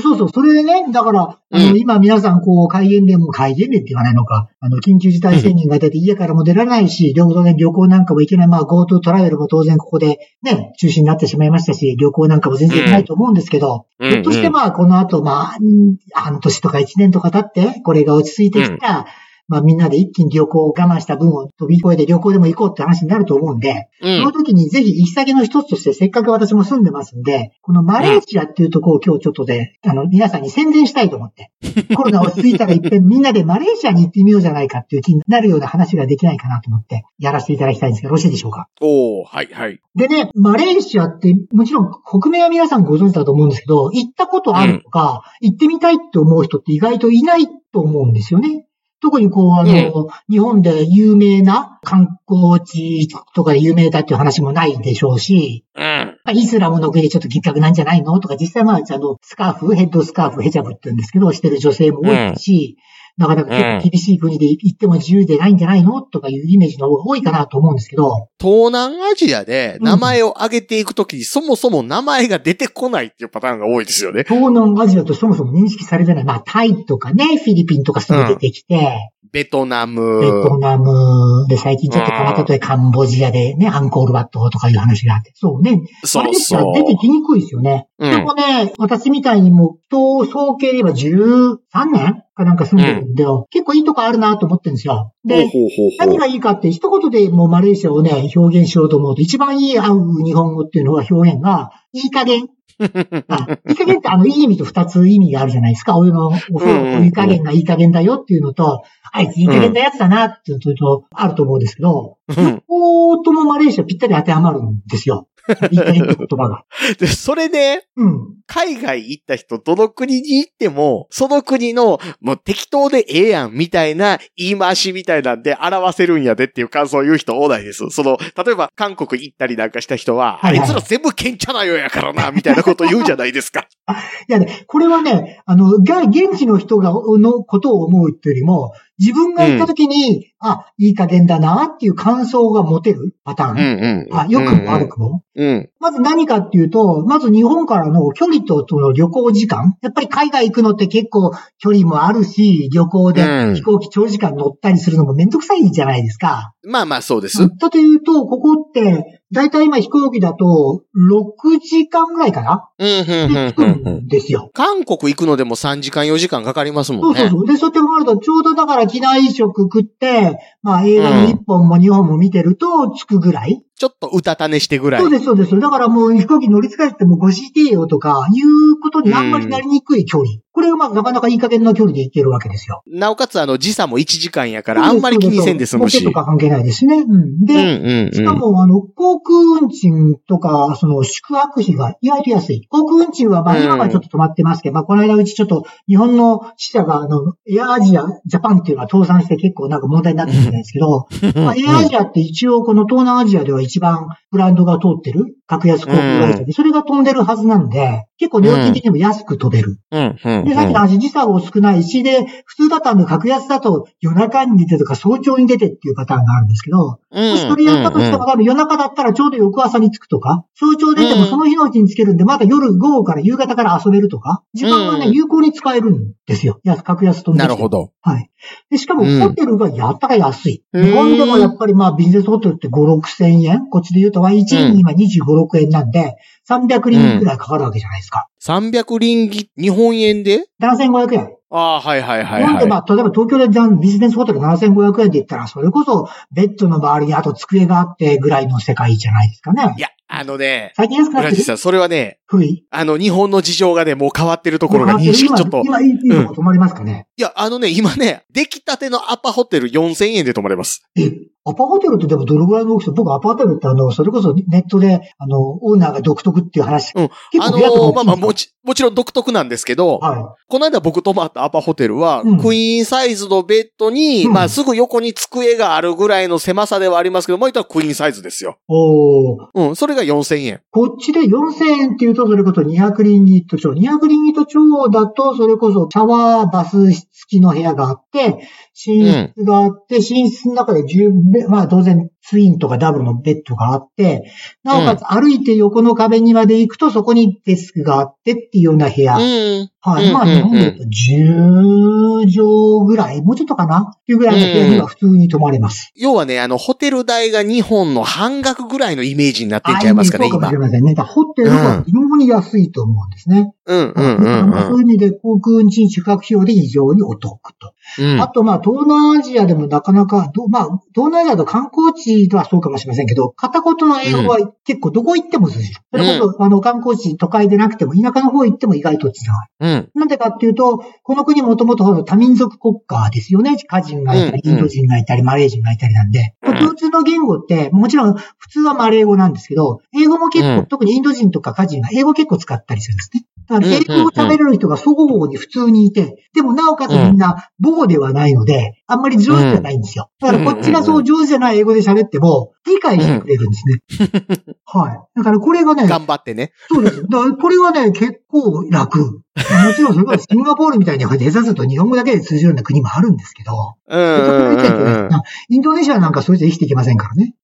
そうそう、それでね、だから、あの、うん今皆さん、こう、戒厳令も戒厳令って言わないのか、あの、緊急事態宣言が出て家からも出られないし、両方ね、旅行なんかも行けない、まあ、GoTo トラベルも当然ここでね、中止になってしまいましたし、旅行なんかも全然行けないと思うんですけど、うんひょっとしてまあ、この後、まあ、うん半年とか1年とか経って、これが落ち着いてきたら、まあみんなで一気に旅行を我慢した分を飛び越えて旅行でも行こうって話になると思うんで、うそのん。時にぜひ行き先の一つとして、せっかく私も住んでますんで、このマレーシアっていうところを今日ちょっとで、あの、皆さんに宣伝したいと思 って。コロナ落ち着いたら一遍みんなでマレーシアに行ってみようじゃないかっていう気になるような話ができないかなと思って、やらせていただきたいんですが、よろしいでしょうか。おおはいはい。でね、マレーシアって、もちろん国名は皆さんご存知だと思うんですけど、行ったことあるとか、行ってみたいって思う人って意外といないと思うんですよね。特にこう、あの、ええ日本で有名な観光地とかで有名だっていう話もないでしょうし、うん。まあイスラムの国でちょっと厳格なんじゃないのとか、実際まあ、あの、スカーフ、ヘッドスカーフ、ヘジャブって言うんですけど、してる女性も多いし、なかなか結構厳しい国で行っても自由でないんじゃないのとかいうイメージの方が多いかなと思うんですけど、東南アジアで名前を挙げていくときに、そもそも名前が出てこないっていうパターンが多いですよね。東南アジアとそもそも認識されてない。まあ、タイとかね、フィリピンとかすぐ出てきて、ベトナベトム。ナムで最近ちょっと変わったとえカンボジアでね、アンコールワットとかいう話があって。そうね。そうあそれって出てきにくいですよね。う。うでんも。ね、私みたいにもう、人総計で言えば13年かなんか住んでるんで、結構いいとこあるなと思ってるんですよ。ほうで、ほうほうほ何がいいかって一言でもうマレーシアをね、表現しようと思うと、一番いい合う日本語っていうのは表現が、いい加減。あいい加減ってあの、いい意味と二つ意味があるじゃないですか。お湯のお風呂といい加減がいい加減だよっていうのと、あいついい加減なやつだなっていうのと、あると思うんですけど、う。うんこうともマレーシアぴったり当てはまるんですよ。いい加減って言葉が。 で、それで、うん。海外行った人、どの国に行っても、その国の、もう適当でええやん、みたいな言い回しみたいなんで表せるんやでっていう感想を言う人多ないです。その、例えば韓国行ったりなんかした人は、はいはいあいつら全部ケンチャなよやからな、みたいなこと言うじゃないです か。いやね、これはね、あの、が、現地の人が、のことを思うっていうよりも、自分が行った時に、あ、いい加減だなっていう感想が持てるパターうン。んあよくも悪くも。うん。まず何かっていうと、まず日本からの距離とその旅行時間。やっぱり海外行くのって結構距離もあるし、旅行うでん飛行機長時間乗ったりするのもめんどくさいじゃないですか。まあまあそうです。だというと、ここって、だいたい今飛行機だと、6時間ぐらいかなうんうで着んくうんうんんですよ。韓国行くのでも3時間4時間かかりますそもんうそうねそ。う。で、そうやって考えると、ちょうどだから機内食食って、まあ映画の1本も2本も見てると、着くぐらい。ちょっとうたた寝してぐらいそう。です、そうです。だからもう飛行機乗り継がれてもごしてよとか、いうことにあんまりなりにくい距離。これがまあなかなかいい加減な距離で行けるわけですよ。なおかつあの時差も1時間やからあんまり気にせんで済むし。そうですそうですもう手とか関係ないですね。うん。うんうで、んしかうん。も、あの、航空運賃とか、その、宿泊費が意外と安い。航空運賃は、まあ、うん今はちょっと止まってますけど、まあ、この間うちちょっと、日本の支社が、あの、エアアジア、ジャパンっていうのは倒産して結構なんか問題になってるんですけど、まあ、エアアジアって一応この東南アジアでは一番ブランドが通ってる格安航空会社で、それが飛んでるはずなんで、結構料金的にも安く飛べる。うんうんで、さっきの話、時差も少ないし、で、普通だったの格安だと夜中に出てとか早朝に出てっていうパターンがあるんですけど、うんもし取りやったとしても多分夜中だったらちょうど翌朝に着くとか、早朝出てもその日のうちに着けるんで、また夜午後から夕方から遊べるとか、時間はね、うん有効に使えるんですよ。安格安飛んでなきてるほ。ど。はい。で、しかもうんホテルがやったら安い。うん日本でもやっぱりまあビジネスホテルって5、6千円こっちで言うと1円に今25、6円なんで、300人くらいかかるわけじゃないですか。 300リンギ、日本円で7500円。ああ、はいはいはいなんはでい。まあ、例えば東京でじゃんビジネスホテル7500円で言ったら、それこそベッドの周りにあと机があってぐらいの世界じゃないですかねい。や、あのね、最近安くなっ村て地るさん、それはね、古いあの、日本の事情がね、もう変わってるところが認識ちょっと。今、今いいとこ泊まりますかね、いや、あのね、今ね、出来たてのアパホテル4000円で泊まれます。え、アパホテルってでもどれぐらいの大きさ僕アパホテルってあの、それこそネットで、あの、オーナーが独特っていう話。うん結あ構の部屋とかー大きいまあんまですあ、もち、もちろん独特なんですけど、かはこの間僕泊まったアパホテルは、うんクイーンサイズのベッドに、うんまあすぐ横に机があるぐらいの狭さではありますけど、まあ言ったらクイーンサイズですよい。。おーうん、それが4000円。こっちで4000円っていうと、それこそ200リンギット超。200リンギット超だと、それこそシャワーバス付きの部屋があって、寝室があって、寝室の中で十分、まあ当然ツインとかダブルのベッドがあって、なおかつ歩いて横の壁にまで行くと、そこにデスクがあってっていうような部屋。うん。はい。まあうんうん日本で言うと10畳ぐらい、もうちょっとかなっていうぐらいの部屋には普通に泊まれます。要はね、あの、ホテル代が日本の半額ぐらいのイメージになってんあちゃいますかね、そうかも今しれ。ませんね。だからホテルは非常に安いと思うんですね。うん、うん、だうからん、。そううんいう意味で航空運賃宿泊費用で非常にお得と。うんあと、まあ、東南アジアでもなかなか、どまあ、東南アジアの観光地はそうかもしれませんけど、片言の英語は結構どこ行っても通じる。それこそ、あの、観光地、都会でなくても、田舎の方行っても意外とつながる。うん、なんでかっていうと、この国もともと多民族国家ですよね。家人がいたり、うイんうんンド人がいたり、マレー人がいたりなんで、うん共通の言語って、もちろん普通はマレー語なんですけど、英語も結構、うん特にインド人とか家人が英語結構使ったりするんですね。だから英うんうん語を喋れる人が相互語に普通にいて、でもなおかつみんな母語ではないので、あんまり上手じゃないんですよ。だからこっちがそう上手じゃない英語で喋っても、理解してくれるんですね。 はい。だからこれがね、頑張ってね。そうです。だからこれはね、結構楽。もちろん、それこそシンガポールみたいに、下手すると日本語だけで通じるような国もあるんですけど、うんそこうからん言っちゃいけうないんうん。なインドネシアなんかそれじゃ生きていけませんから ね。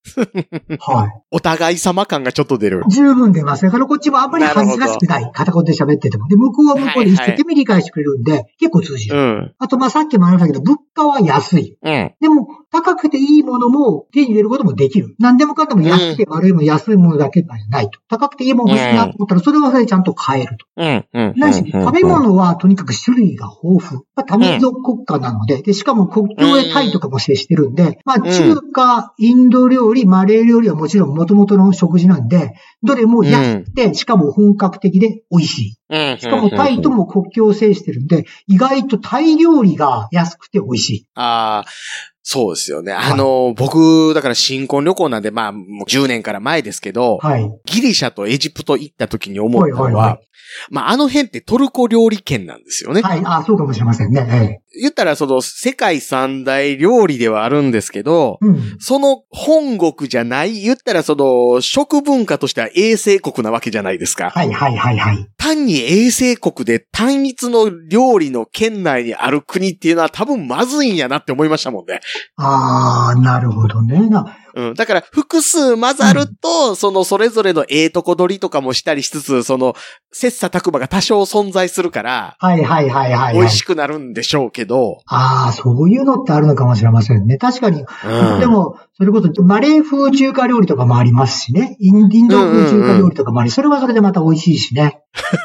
はお互い様感がちょっと出る。い。十分出ます。だからこっちもあんまり恥ずかしくない。片言で喋ってても。で、向こうは向こうで一生懸命理解してくれるんで、結構通じうる。ん。あと、まあ、さっきもありましたけど、物価は安い。うん。でも、高くていいものも手に入れることもできる。何でもかんでも安くて悪いも安いものだけじゃないと。高くていいもの欲しいなと思ったら、それはそれでちゃんと買えると。うん。うん。ないし、食べ物はとにかく種類が豊富。まあ、多民族国家なので、で、しかも国境へタイとかも接してるんで、まあ、中華、インド料理、マレー料理はもちろん元々の食事なんで、どれも安くて、しかも本格的で美味しい。うん。しかもタイとも。も国境を制してるんで、意外とタイ料理が安くて美味しい。ああ、そうですよね。あの、僕、だから新婚旅行なんで、まあ、もう10年から前ですけど、はい。ギリシャとエジプト行った時に思ったのはいはいはは、まあ、あの辺ってトルコ料理圏なんですよね。はい、あそうかもしれませんね。言ったら、その、世界三大料理ではあるんですけど、ええ。うん。その本国じゃない、言ったらその食文化としては衛生国なわけじゃないですか。はいはいはいはい。単に衛生国で単一の料理の県内にある国っていうのは多分まずいんやなって思いましたもんね。あー、なるほどね。なうん。だから複数混ざると、そのそれぞれのええとこ取りとかもしたりしつつ、その切磋琢磨が多少存在するから、はいはいはいはい、はい。美味しくなるんでしょうけど。あー、そういうのってあるのかもしれませんね。確かに。うん。でも、それこそ、マレー風中華料理とかもありますしね。インインド風中華料理とかもあり、それはそれでまた美味しいしね。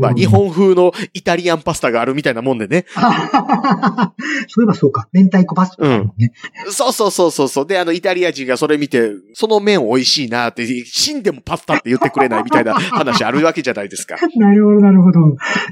まあうん日。本風のイタリアンパスタがあるみたいなもんでね。そういえばそうか。明太子パスタとかもね。そうそうそうそうそう。で、あの、イタリア人がそれ見て、その麺美味しいなって、死んでもパスタって言ってくれないみたいな話あるわけじゃないですか。なるほど、なるほど。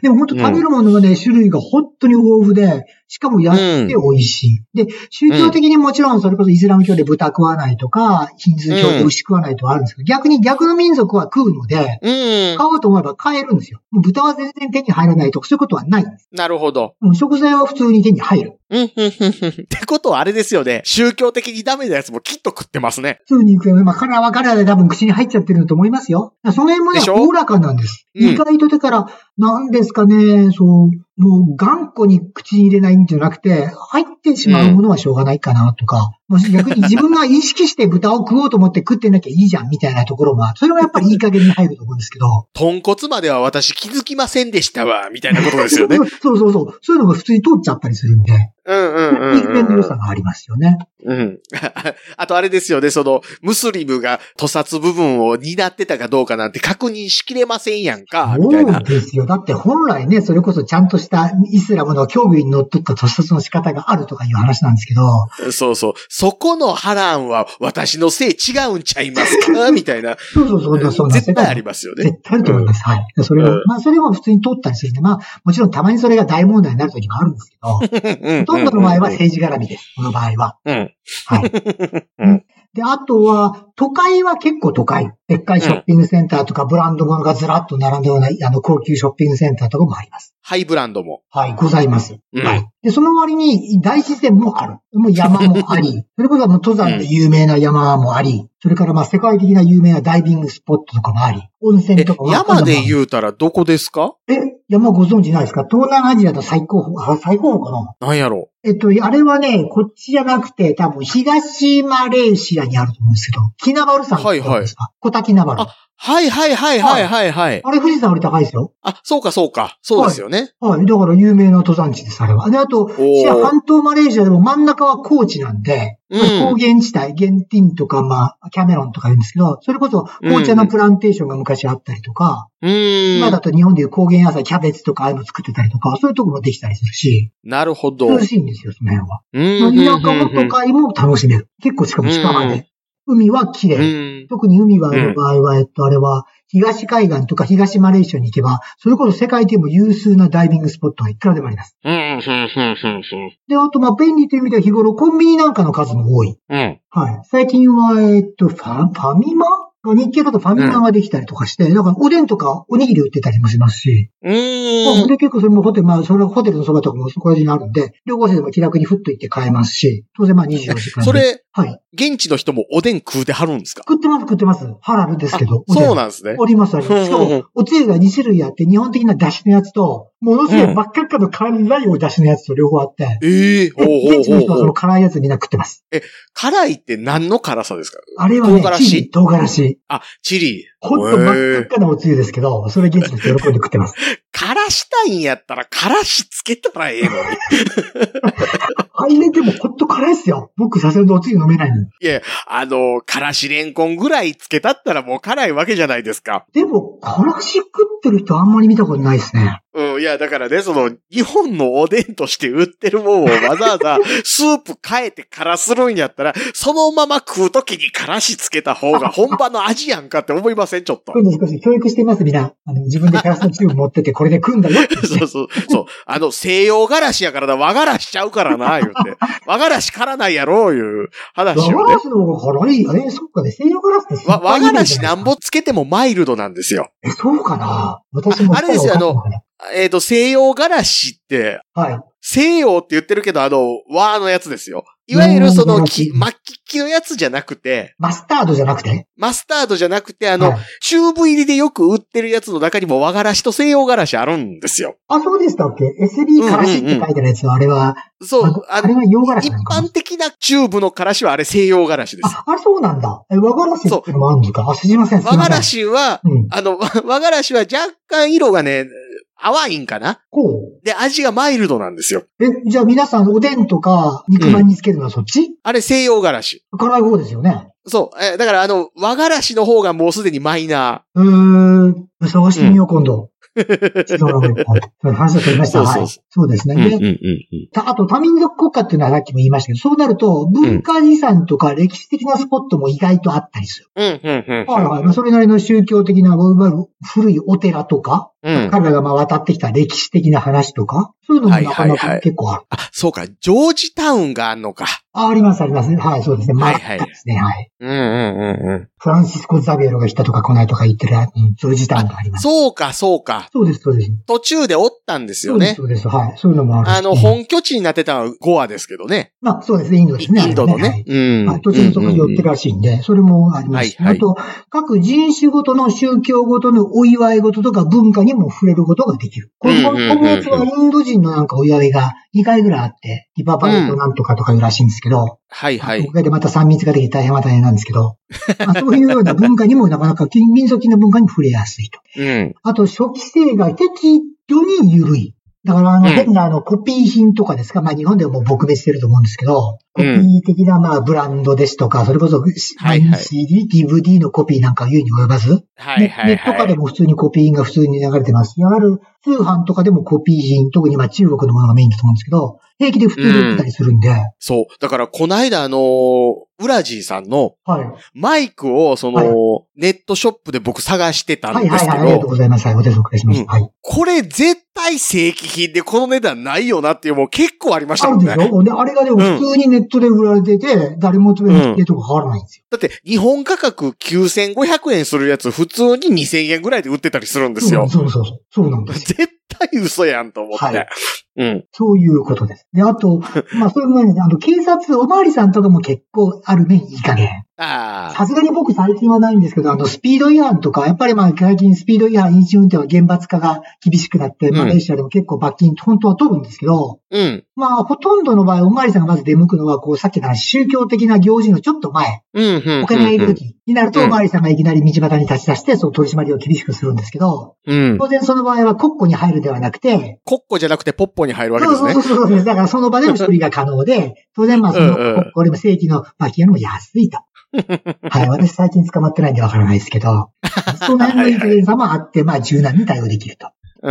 でも本当食べるものはね、種類が本当に豊富で、しかも安で、美味しい。で、宗教的にもちろんそれこそイスラム教で豚食わないとか、ヒンズー教で牛食わないとかあるんですけど、逆に逆の民族は食うので、うん。買おうと思えば買えるんですよ。もう豚は全然手に入らないとか、そういうことはないんです。なるほど。もう食材は普通に手に入る。うん、うん、うん、うん。ってことはあれですよね。宗教的にダメなやつもきっと食ってますね。普通に行くよね。まあ、カラーはカラーで多分口に入っちゃってると思いますよ。その辺もね、でしょおおらかなんです。うん意外とだから、なんですかね、そう、もう頑固に口に入れないんじゃなくて、入ってしまうものはしょうがないかなとか、もし逆に自分が意識して豚を食おうと思って食ってなきゃいいじゃんみたいなところは、それはやっぱりいい加減に入ると思うんですけど、豚骨までは私気づきませんでしたわ、みたいなことですよね。 そうそうそう、そういうのが普通に通っちゃったりするんで、うん、うん、うん人間のう良んさ。がありますよね。うん。 あとあれですよね、その、ムスリムが屠殺部分を担ってたかどうかなんて確認しきれませんやんか、みたいそうな。ですよ。だって本来ね、それこそちゃんとしたイスラムの教義にのっとった突殺の仕方があるとかいう話なんですけど、そうそう。そこの波乱は私のせい違うんちゃいます かみたいな。そうそうそう、そうなんです絶対ありますよね。絶対あると思います。はい。それうんは、まあ、それも普通に通ったりするんで、まあ、もちろんたまにそれが大問題になる時もあるんですけ ど、ほほとんどの場合は政治絡みです。この場合は。うん。はい。 うんで、あとは、都会は結構都会。でっかいショッピングセンターとか、ブランド物がずらっと並んだような、あの、高級ショッピングセンターとかもあります。ハイブランドも。はい、ございます。うんはい。で、その割に大自然もある。もう山もあ り、それこそもう登山で有名な山もあり、それからまあ世界的な有名なダイビングスポットとかもあり、温泉えとかもあ山でう。言うたらどこですかえ、山ご存知ないですか東南アジアの最高峰、あ最高峰かななんやろえっと、あれはね、こっちじゃなくて、多分東マレーシアにあると思うんですけど、キナバル山って言うんですか小滝ナバル。あはいはいはいはいはいはい。あれ富士山より高いですよ。あ、そうかそうか。そうですよね。はい。だから有名な登山地です、あれは。で、あと、ーシア半島マレーシアでも真ん中は高地なんで、うん高原地帯、ゲンティンとか、まあ、キャメロンとか言うんですけど、それこそ紅茶のプランテーションが昔あったりとか、うー今んだ。と日本でいう高原野菜、キャベツとかああいうの作ってたりとか、そういうとこもできたりするし、なるほど。うん涼しいんですよ、その辺は。う田ん舎も都会も楽しめる。結構しかも近場で。海は綺う麗。ん特に海はある場合は、えっと、あれは、東海岸とか東マレーシアに行けば、それこそ世界でも有数なダイビングスポットがいくらでもあります。うんうんうんうんうんで、あと、まあ、便利という意味では日頃コンビニなんかの数も多い。うんはい。最近は、えっと、ファ、ファミマ日系だとファミマができたりとかして、だからおでんとかおにぎり売ってたりもしますし。うん。で、結構それもホテル、まあ、それはホテルのそばとかもそこら辺にあるんで、旅行生でも気楽にふっと行って買えますし、当然まあ24時間。それ、はい。現地の人もおでん食うてはるんですか食ってます、食ってます。腹あるんですけど。そうなんですね。おります、あります。しかも、おつゆが2種類あって、日本的な出汁のやつと、ものすごい真っ赤っかの辛いお出汁のやつと両方あって。ええー、現地の人はそ の辛いやつみんな食ってます。え、辛いって何の辛さですかあれはね、チリ、唐辛子。あ、チリ。ほんと真っ赤っかなおつゆですけど、それ現地の人喜んで食ってます。 辛したいんやったら、辛しつけたらええのに。 あいね、でもほんと辛いっすよ。僕させるとおつゆ飲めないのいや、あの、辛子レンコンぐらいつけたったらもう辛いわけじゃないですか。でも、辛子食ってる人あんまり見たことないですね。うん、いや、だからね、その、日本のおでんとして売ってるもんをわ ざわざ、スープ変えて辛するんやったら、そのまま食うときに辛子つけた方が本場の味やんかって思いません、ちょっと。今度少し教育しています、みんな。あの、自分で辛子のチューブ持ってて、これで食うんだよ。 そうそう、そう。あの、西洋辛子やからな、和辛子ちゃうからな、言って。 和辛子辛ないやろ、いう話を、ね。和辛子の方が辛いよね。そっかね、西洋辛子って和辛子なんぼつけてもマイルドなんですよ。え、そうかな私もあれですよ、あの、えっ、ー、と、西洋柄子って、はい、西洋って言ってるけど、あの、和のやつですよ。いわゆるその、き、巻き木のやつじゃなくて。マスタードじゃなくてマスタードじゃなくて、あの、はい、チューブ入りでよく売ってるやつの中にも和柄子と西洋柄子あるんですよ。あ、そうでしたっけ ?SB からしって書いてあるやつは、あれは。そう、あれは洋柄子一般的なチューブのからしはあれ西洋柄子です。あ、あれそうなんだ。え、和柄子ってのもあるんですかあ、知りません。和柄子は、うん、あの、 和柄子は若干色がね、淡いんかなこう。で、味がマイルドなんですよ。え、じゃあ皆さん、おでんとか、肉まんにつけるのはそっち、うん、あれ、西洋辛子。辛い方ですよね。そう。え、だから、あの、和辛子の方がもうすでにマイナー。うーん。探してみよう、今 度。そう話を取りました。はい。そうですね。で、うんうんうん、あと多民族国家っていうのはさっきも言いましたけど、そうなると文化遺産とか歴史的なスポットも意外とあったりする。うんうんうん、うん。だから、それなりの宗教的な、古いお寺とか、うん、彼らがまあ渡ってきた歴史的な話とか、そういうのもなかなか結構ある。はいはいはい、あ、そうか、ジョージタウンがあるのか。あ、あります、あります。はい、そうですね。はいはい。ですね、はい。うんうんうんうん。フランシスコ・ザビエロが来たとか来ないとか言ってる、ジョージタウンがあります。そうか、そうか。そうです、そうです。途中でおったんですよね。そうです、そうです。はい。そういうのもある。あの、本拠地になってたのはゴアですけどね。まあ、そうですね、インドですね。インドのね。うん。はい、途中でそこに寄ってるらしいんで、それもあります。はい、はい。あと、各人種ごとの宗教ごとのお祝い事とか文化にも触れることができる。この、今月はインド人のなんかお祝いが2回ぐらいあって、リパパレットなんとかとかいうらしいんですけど、はいはい。国外でまた3密ができて大変は大変なんですけ ど、まあ、そういうような文化にもなかなか民族的な文化に触れやすいと。うん。あと、初期性が適度に緩い。だから、あの、変な、あの、コピー品とかですか、まあ、日本でも撲滅してると思うんですけど、コピー的な、まあ、ブランドですとか、それこそ、はいはい、 CD、DVD のコピーなんか言うに及ばず、はいはいネットとかでも普通にコピーが普通に流れてます。いわゆる、通販とかでもコピー品、特にまあ、中国のものがメインだと思うんですけど、平気で普通に売ってたりするんで。うん、そう。だから、こないだ、あのー、ウラジーさんの、マイクを、その、はい、ネットショップで僕探してたんですけど。はい、はあい、りがとうございます。はい、ご手紹介しました。うん、はい。これ、絶対正規品でこの値段ないよなっていう、もう結構ありましたもんね。あるでしょね、あれがでも普通にネットで売られてて、うん、誰も取れるとか変わらないんですよ。だって、日本価格9500円するやつ、普通に2000円ぐらいで売ってたりするんですよ。そうそうそう。そうなんですよ。対嘘やんと思って。はい、うん。そういうことです。で、あ と、まあ、そういう前に、あの、警察、おまわりさんとかも結構あるね、いい加減。ああ。さすがに僕最近はないんですけど、あの、スピード違反とか、やっぱりまあ、最近スピード違反、飲酒運転は厳罰化が厳しくなって、マレーシアでも結構罰金、本当は取るんですけど、うん。まあ、ほとんどの場合、おまわりさんがまず出向くのは、こう、さっきの宗教的な行事のちょっと前、うん、うん。お金がいる時になると、おまわりさんがいきなり道端に立ち出して、その取り締まりを厳しくするんですけど、うん。当然その場合は国庫に入るではなくて、国庫じゃなくてポッポに入るわけですね。そうそうそうそう。だからその場での処理が可能で、当然まあ、その、国庫よりも正規の罰金よりも安 いと。はい、私最近捕まってないんでわからないですけど、その辺のインフルエンサもあって、まあ柔軟に対応できると。うん。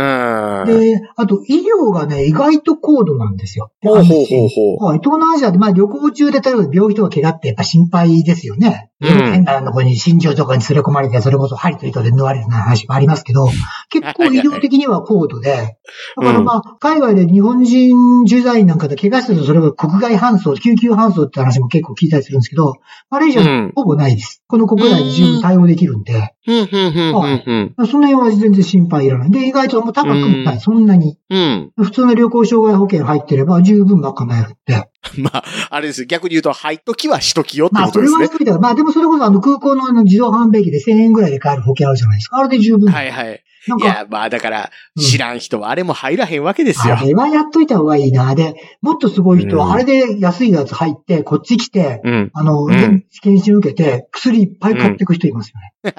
で、あと医療がね、意外と高度なんですよ。ほうほうほうほう。はい、東南アジアで、まあ旅行中で例えば病気とか怪我ってやっぱ心配ですよね。うん、変なとこに心情とかに連れ込まれて、それこそ針と糸で縫われるような話もありますけど、結構医療的には高度で、だからまあ、海外で日本人駐在員なんかで怪我するとそれが国外搬送、救急搬送って話も結構聞いたりするんですけど、マレーシうんアほぼないです。この国内で十分対応できるんで、うん、うん、うん、その辺は全然心配いらない。で、意外ともう高くもなうんい、そんなに。うん。普通の旅行障害保険入ってれば十分賄えるんで。まあ、あれですよ。逆に言うと、入っときはしときよってまこあ、そとでれすはね。含めたら、まあでもそれこそあの空港のあの自動販売機で1000円ぐらいで買える保険あるじゃないですか。あれで十分。はいはい。なんいか、や、まあだから、うん知らん人はあれも入らへんわけですよあ。れはやっといた方がいいな。で、もっとすごい人うんは、あれで安いやつ入って、こっち来て、うん。あの、うん検診受けて、薬いっぱい買っていく人いますよね。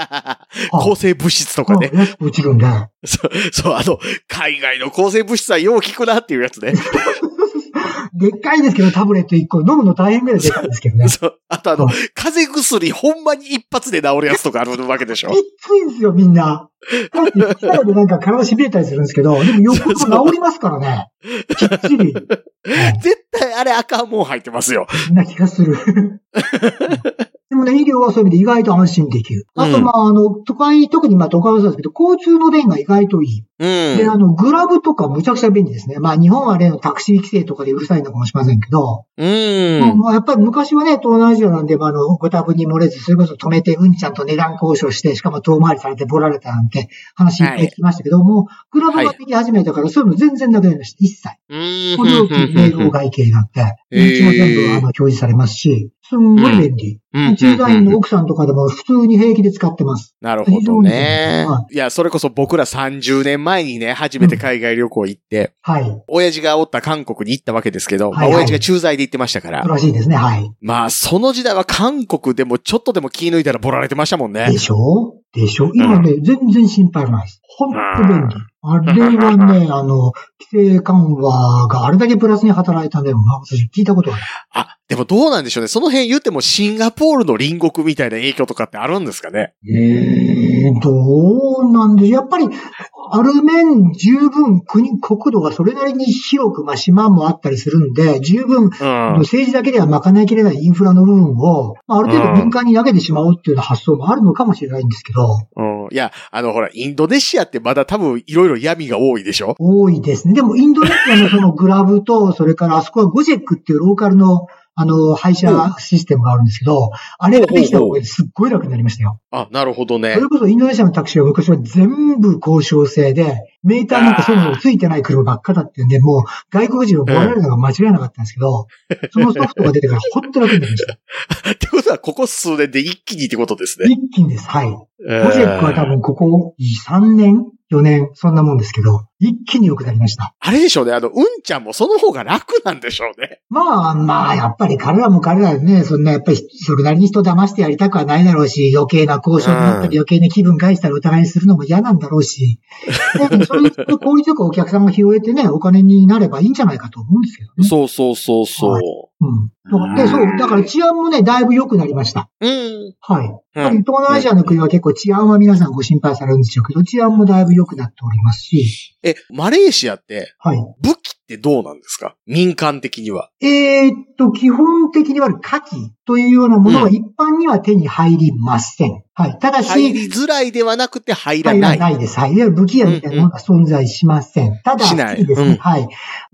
抗生物質とかね。うん安く落ちるんで。そう、そう、あの、海外の抗生物質はよう効くなっていうやつね。でっかいですけど、タブレット1個。飲むの大変ぐらいでかいです けどね。きそう。あとあのうん、風邪薬ほんまに一発で治るやつとかあるわけでし ょ。ついんですよ、みんな。だって、一回でなんか体痺れたりするんですけど、でもよっぽど治りますからね。きっちり。うん絶対あれ赤もん入ってますよ。そんな気が する。でもね、医療はそういう意味で意外と安心できる。あうと、んまあ、あの、都会、特にまあ都会はそうですけど、交通の便が意外といい。うで、ん。あの、グラブとかむちゃくちゃ便利ですね。まあ、日本は例のタクシー規制とかでうるさいのかもしれませんけど、うん。まあ、やっぱり昔はね、東南アジアなんで、まあ、あの、ご多分に漏れず、それこそ止めて、うんちゃんと値段交渉して、しかも遠回りされてボラれたなんて話いっぱい聞きましたけども、グラブができ始めたから、そういうの全然なくなりました、一切。うんこれを米国外形になって、えーうちも全部あの表示されますし、すんごい便利。うん駐在員の奥さんとかでも普通に平気で使ってます。なるほどねはい。いや、それこそ僕ら30年前にね、初めて海外旅行行って、はい。親父がおった韓国に行ったわけですけど、まあはいはい親父が駐在で行ってましたから、らしいですね、はい。まあ、その時代は韓国でもちょっとでも気抜いたらボラれてましたもんねで。しょでしょ今ね、全然心配ないです。ほんと便利。あれはね、 あの、規制緩和があれだけプラスに働いたんでも、まあ私聞いたことがない。あ、でもどうなんでしょうね。その辺言ってもシンガポールの隣国みたいな影響とかってあるんですかね。えー、どうなんでしょうやっぱり、ある面十分国、国土がそれなりに広く、まあ島もあったりするんで、十分うん。政治だけでは賄いきれないインフラの部分を、まあある程度民間に投げてしまおうっていうような発想もあるのかもしれないんですけど、うん。いや、あの、ほら、インドネシアってまだ多分いろいろ闇が多いでしょ多いですね。でも、インドネシアのそのグラブと、 それからあそこはゴジェックっていうローカルの、あの、配車システムがあるんですけど、あれができた方がすっごい楽になりましたよ。あ、なるほどねそれ。こそインドネシアのタクシーは昔は全部交渉制で、メーターなんかそういうのついてない車ばっかだってんで、もう外国人をボられるのが間違いなかったんですけど、そのソフトが出てから 本当楽になりました。 ってことは、ここ数年で一気にってことですね。一気にです。はい。ゴゴジェックは多。分ここ3年、4年、そんなもんですけど、一気に良くなりました。あれでしょうね。あの、うんちゃんもその方が楽なんでしょうね。まあまあ、やっぱり彼らも彼らでね、そんなやっぱりそれなりに人騙してやりたくはないだろうし、余計な交渉になったり余計な気分返したりお互いにするのも嫌なんだろうし、でそういう効率よくお客さんが拾えてね、お金になればいいんじゃないかと思うんですけどね。そうそうそうは。そううん。で、そう、だから治安もね、だいぶ良くなりました。う。うん。はい。やっうぱりん。東南アジアの国は結構治安は皆さんご心配されるんでしょうけど、治安もだいぶ良くなっておりますし、え、マレーシアって、はい。武器ってどうなんですか民間的には。えーっと、基本的には火器というようなものはうん一般には手に入りません。はい。ただし、入りづらいではなくて入ら入ならい。ないです。はい。いわゆる武器屋みたいなものが存在しません。ただ、しないいですうんね。はい。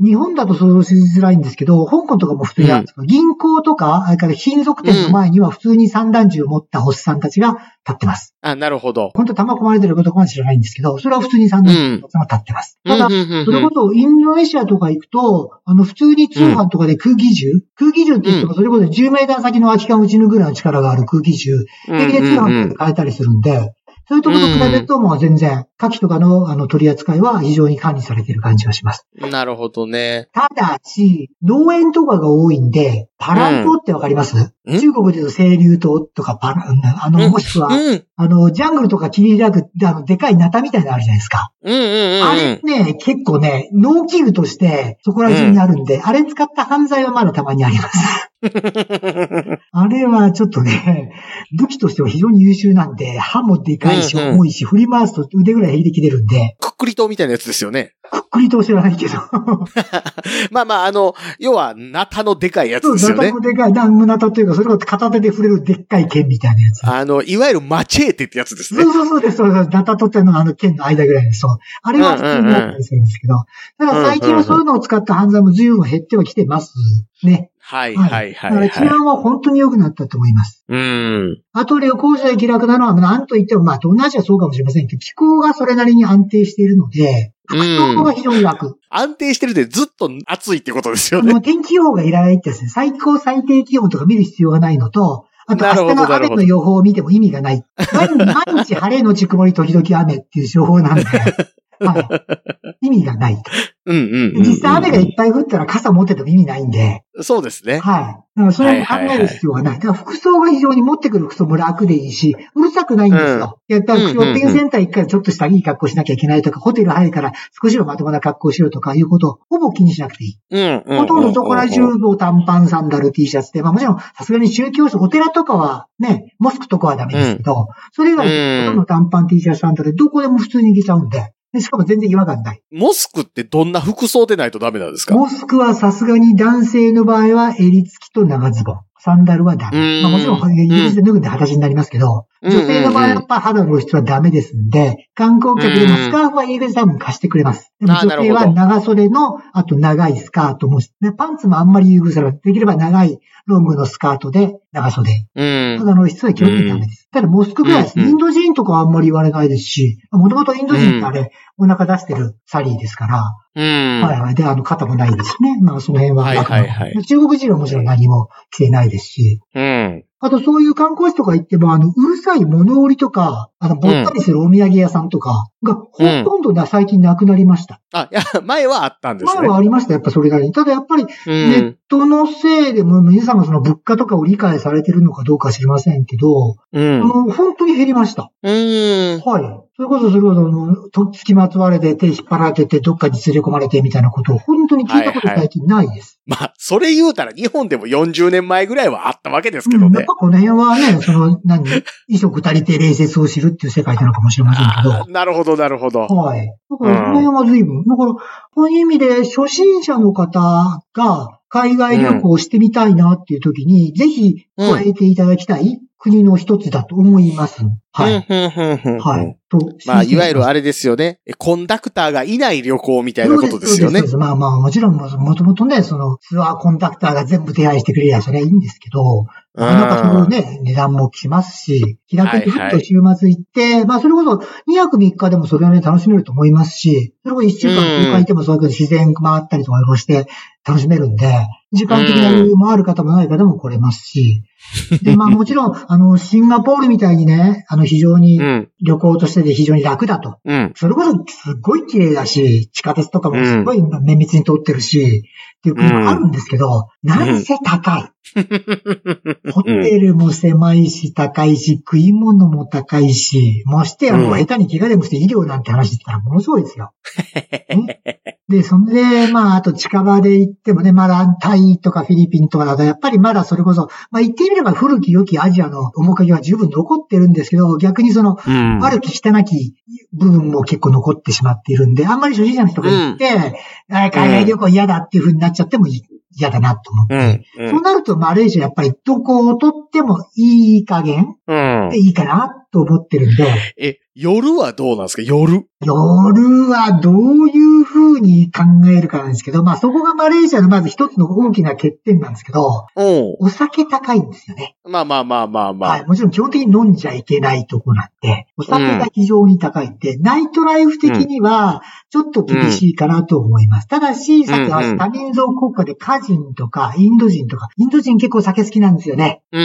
日本だと想像しづらいんですけど、香港とかも普通にあるんですけど、銀行とか、あれから金属店の前には普通に散弾銃を持ったおっさんたちが立ってます。あ、なるほど。本当弾込まれてることかもしれないんですけど、それは普通に散弾銃のおっさんが立ってます。ただうん、うんうんうんそれこそ、インドネシアとか行くと、あの、普通に通販とかで空気銃、空気銃って言っても、それこそ10メーター先の空き缶打ち抜くぐらいの力がある空気銃、平気で通販とかで買えたりするんで、そういうところと比べると、もう全然、火器とかのあの取り扱いは非常に管理されてる感じがします。なるほどね。ただし、農園とかが多いんで、パラン島ってわかります、うん中国で言うと清流島とかパラン、あうんの、もしくは、うん。うんあの、ジャングルとか切り開く、あの、でかいナタみたいなのあるじゃないですか。うんうんあれね、結構ね、農機具としてそこら中にあるんで、あれ使った犯罪はまだたまにあります。あれはちょっとね、武器としては非常に優秀なんで、刃もでかいし、うんうん重いし、振り回すと腕ぐらいできてるんで、くっくり刀みたいなやつですよね。くっくりと知らないけど。まあまあ、あの、要は、ナタのでかいやそつう、ですよナタね。もでかい、ダンムナタというか、それが片手で振れるでっかい剣みたいなやつ。あの、いわゆるマチェーテってやつですそうね。そうそうです、そうそう。ナタとってのあの剣の間ぐらいです。そう。あれは普通になったりするんですけど。ただから最近はそういうのを使った犯罪も随分減ってはきてますね。はいはいだかはらい治はい。安は本当に良くなったと思います。うん。あと旅行者で気楽なのは、なんといっても、まあ、東南アジアはそうかもしれませんけど、気候がそれなりに安定しているので、服装が非常に楽。安定してるでずっと暑いってことですよあね。の、天気予報がいらないってですね、最高最低気温とか見る必要がないのと、あとなるほど明日のなる雨ほどの予報を見ても意味がない。毎日毎日晴れのち曇り時々雨っていう情報 なんで、はい、意味がないと。うんうんうん、実際雨がいっぱい降ったら傘持ってても意味ないんで、そうですね。はい。だからそれも考える必要はない。だから服装が非常に持ってくる服装も楽でいいし、うるさくないんですよ。やったら、ショッピングセンター行くからちょっと下着いい格好しなきゃいけないとか、ホテル入るから少しはまともな格好しようとかいうことをほぼ気にしなくていい。うんうん。ほとんどそこら中うんを短パン、サンダル、T シャツで、まあもちろんさすがに宗教者、お寺とかはね、モスクとかはダメですけど、それ以外ほとんど短パン、T シャツ、サンダルでどこでも普通に行けちゃうんで。でしかも全然違和感ない。モスクってどんな服装でないとダメなんですかモスクはさすがに男性の場合は襟付きと長ズボン。サンダルはダうメ。んまあもちろん、イギリスで脱ぐんで裸足になりますけど、うん女性の場合はやっぱ肌の露出はダメですんで、観光客でもスカーフは英語で多分貸してくれます。でもあー女なるほ性どは長袖の、あと長いスカートも、ねパンツもあんまり優遇されない。できれば長いロングのスカートで長袖。うん。肌の露出は基本的にダメです。ただモスクぐらいです。うんうんインド人とかはあんまり言われないですし、もともとインド人ってあれ、お腹出してるサリーですから、うん。はいはい。で、あの、肩もないですね。まあ、その辺は。はいはいはい中国人はもちろん何も着てないですし。うん。あと、そういう観光地とか行っても、あの、うるさい物売りとか、あの、ぼったりするお土産屋さんとかが、うんほとんどな、最近なくなりました。あ、いや、前はあったんです前ね。はありました、やっぱそれなりに。ただ、やっぱり、ネうんッ。トのせいでも、皆さんがその物価とかを理解されてるのかどうか知りませんけど、うん。もう本当に減りました。うん。はい。それこそ、それこそ、あのとっつきまつわれて、手引っ張られてて、どっかに連れ込まれてみたいなことを、本当に聞いたこと最近ないです。まあ、それ言うたら日本でも40年前ぐらいはあったわけですけうどん、やっねぱ。この辺はね、その、何、衣食足りて礼節を知るっていう世界なのかもしれませんけあど。ーなるほど、なるほど。はい。だからその辺は随分。だから、そういう意味で初心者の方が海外旅行をしてみたいなっていう時に、ぜひ加えていただきたい国の一つだと思います。はい。うんうんうんうんはい。と、まあ、いわゆるれあれですよね。コンダクターがいない旅行みたいなことですよね。まあまあ、もちろん、もともとね、その、ツアーコンダクターが全部手配してくれりゃ、それはいいんですけど、うんなんかそのね、値段もしますし、気楽にふっと週末行って、まあそれこそ2泊3日でもそれをね、楽しめると思いますし、それこそ1週間、うん9日いてもそういう自然回ったりとかいろいろして楽しめるんで、時間的な余裕もある方もない方も来れますし、 で、まあもちろん、あの、シンガポールみたいにね、あの、非常にうん。旅行としてで非常に楽だと。うん。それこそすっごい綺麗だし、地下鉄とかもすごい綿密に通ってるし、っていう国もあるんですけど、なんせ高い。 ホテルも狭いし、高いし、食い物も高いし、ましてやもう下手に怪我でもして医療なんて話してたらものすごい ですよ。ねで、そんで、まあ、あと近場で行ってもね、まだタイとかフィリピンとかだと、やっぱりまだそれこそ、まあ言ってみれば古き良きアジアの面影は十分残ってるんですけど、逆にその、うん悪き汚き部分も結構残ってしまっているんで、あんまり初心者の人が行って、あー海外旅行嫌だっていう風になっちゃってもい嫌だなと思って。うん。そうなると、マレーシアやっぱりどこをとってもいい加減うんでいいかなと思ってるんで、え、夜はどうなんですか夜。夜はどういう風に考えるかなんですけど、まあそこがマレーシアのまず一つの大きな欠点なんですけど、うお酒高いんですよね。ん。まあまあまあまあまはあい。。もちろん基本的に飲んじゃいけないとこなんで、お酒が非常に高いんで、ナイトライフ的にはちょっと厳しいかなと思います。ただし、さっきうんうはん多民族国家でカジンとかインド人とか、インド人結構酒好きなんですよね。うん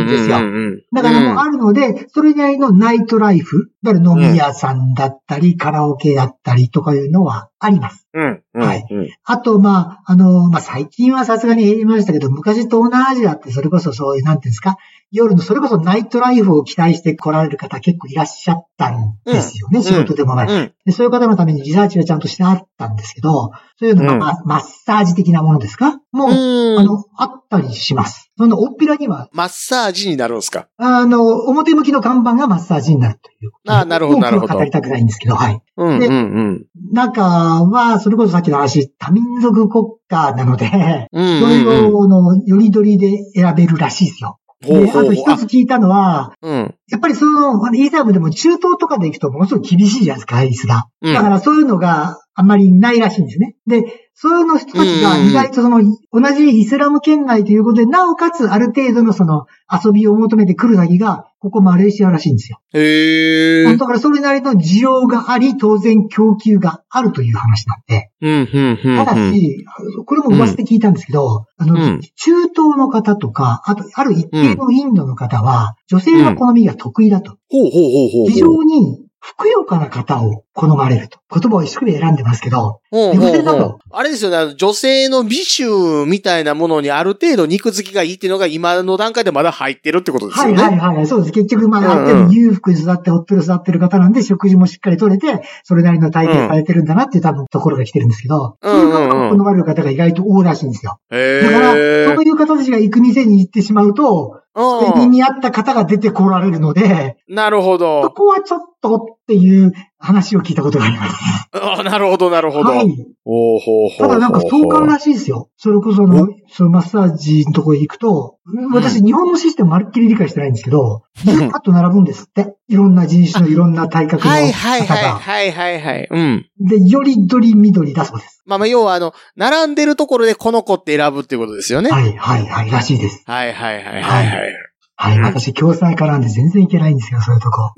うんですよんだからもうあるので、それなりのナイトライフ、だから飲み屋さんだったり、カラオケだったりとかいうのはあります。うん。うんはい。うんあと、まあ、あの、まあ、最近はさすがに減りましたけど、昔東南アジアってそれこそそういう、なんていうんですか、夜のそれこそナイトライフを期待して来られる方結構いらっしゃったんですよね、仕事でも前、うん。で。そういう方のためにリサーチはちゃんとしてあったんですけど、そういうのが、うんまあマッサージ的なものですかもう、あの、あったりします。そのおっぴらには、マッサージになるんですかあの、表向きの看板がマッサージになるという。あーなるほどなるほど多くは語りたくないんですけど、はい。うん、うん、でうん。中は、それこそさっきの話、多民族国家なので、うんいろいろのよりどりで選べるらしいですよ。うんうんで、あと一つ聞いたのは、うん。やっぱりその、イーサムでも中東とかで行くとものすごく厳しいじゃないですか、アイスが。うんだからそういうのがあんまりないらしいんですね。で、そういうの人たちがうんうんうん意外とその、同じイスラム圏内ということで、なおかつある程度のその遊びを求めてくる先が、ここマレーシアらしいんですよ。へえ。だからそれなりの需要があり、当然供給があるという話なんで。うん、うん、うん。ただし、これも噂で聞いたんですけど、あの、うん中東の方とか、あと、ある一定のインドの方は、女性の好みが得意だと。ほうほうほうほう。非常に、ふくよかな方を好まれると。言葉を一生懸命選んでますけど、ほうほ女う性だほうと。あれですよねあの、女性の美醜みたいなものにある程度肉付きがいいっていうのが今の段階でまだ入ってるってことですはよいね。はいはいはい、そうです。結局、まあ、うんうんある程度裕福に育って、ほっぺろ育ってる方なんで、食事もしっかりとれて、それなりの体験されてるんだなっていう多分ところが来てるんですけど、うそんううんういんう方を好まれる方が意外と多いらしいんですよ。だから、へえそう。いう方たちが行く店に行ってしまうと、それにうん見合った方が出てこられるので、なるほそど。こはちょっとっていう話を聞いたことがあります。あなるほど、なるほど。はい。おーほうほうほうほたう。だなんか相関らしいですよ。それこその、そのマッサージのところ行くと、私日本のシステムまるっきり理解してないんですけど、ずらっと並ぶんですって。いろんな人種のいろんな体格のはいはい方はいが。はいはいはい。うん。で、よりどり緑だそうです。まあまあ、要はあの、並んでるところでこの子って選ぶっていうことですよね。はいはいはい、らしいです。はいはいはいはいは。はいはい。私、共済家なんで全然行けないんですよ、そういうと こ。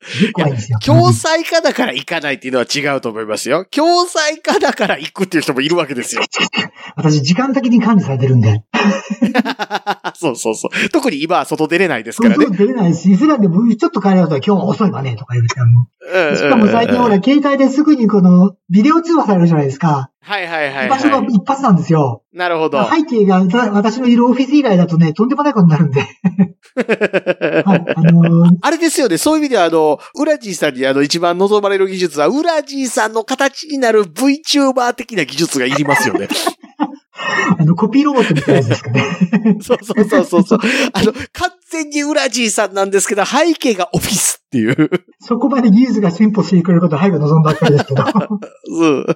結構いいんですよ。共済家だから行かないっていうのは違うと思いますよ。共済家だから行くっていう人もいるわけ ですよ。私、時間的に管理されてるんで。そうそうそう。特に今は外出れないですそかうらそね。う出れないし、いつらでもちょっと帰れよと今日は遅いわね、とか言うてあのうんしかも最近ほら、携帯ですぐにこの、ビデオ通話されるじゃないですか。はいはいはい、場所がはい。一発なんですよ。なるほど。背景がた私のいるオフィス以外だとね、とんでもないことになるんで。はい。あのーあれですよね。そういう意味では、あの、ウラジーさんにあの、一番望まれる技術は、ウラジーさんの形になる VTuber 的な技術がいりますよ ね。あの、コピーロボットみたいなやつですかね。 そうそうそうそうそう。あの、完全にウラジーさんなんですけど、背景がオフィスっていう。そこまで技術が進歩してくれることを早く望んだわけですけど。 うん。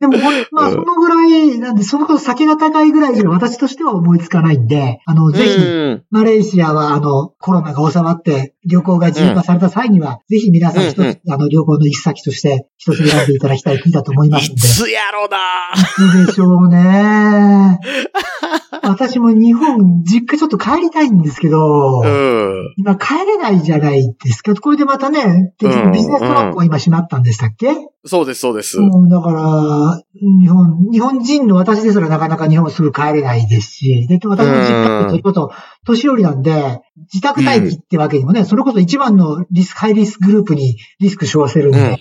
でもこれ、まあ、そのぐらい、なんで、そのこと先が高いぐらいしか私としては思いつかないんで、あの、ぜひ、うんマレーシアは、あの、コロナが収まって、旅行が自由化された際には、ぜひ皆さん一つ、うんあの、旅行の一先として、一つ選んでいただきたい国だと思いますいので。つやろない いでしょうね。私も日本、実家ちょっと帰りたいんですけど、うん。今帰れないじゃないですか。これでまたね、結局ビジネストラックは今閉まったんでしたっけ、そうです、そうです。もうだから、日本、日本人の私ですらなかなか日本すぐ帰れないですし、で、私の実家ってそれこそ年寄りなんで、自宅待機ってわけにもね、それこそ一番のリスク、ハイリスクグループにリスク背負わせるんで、うん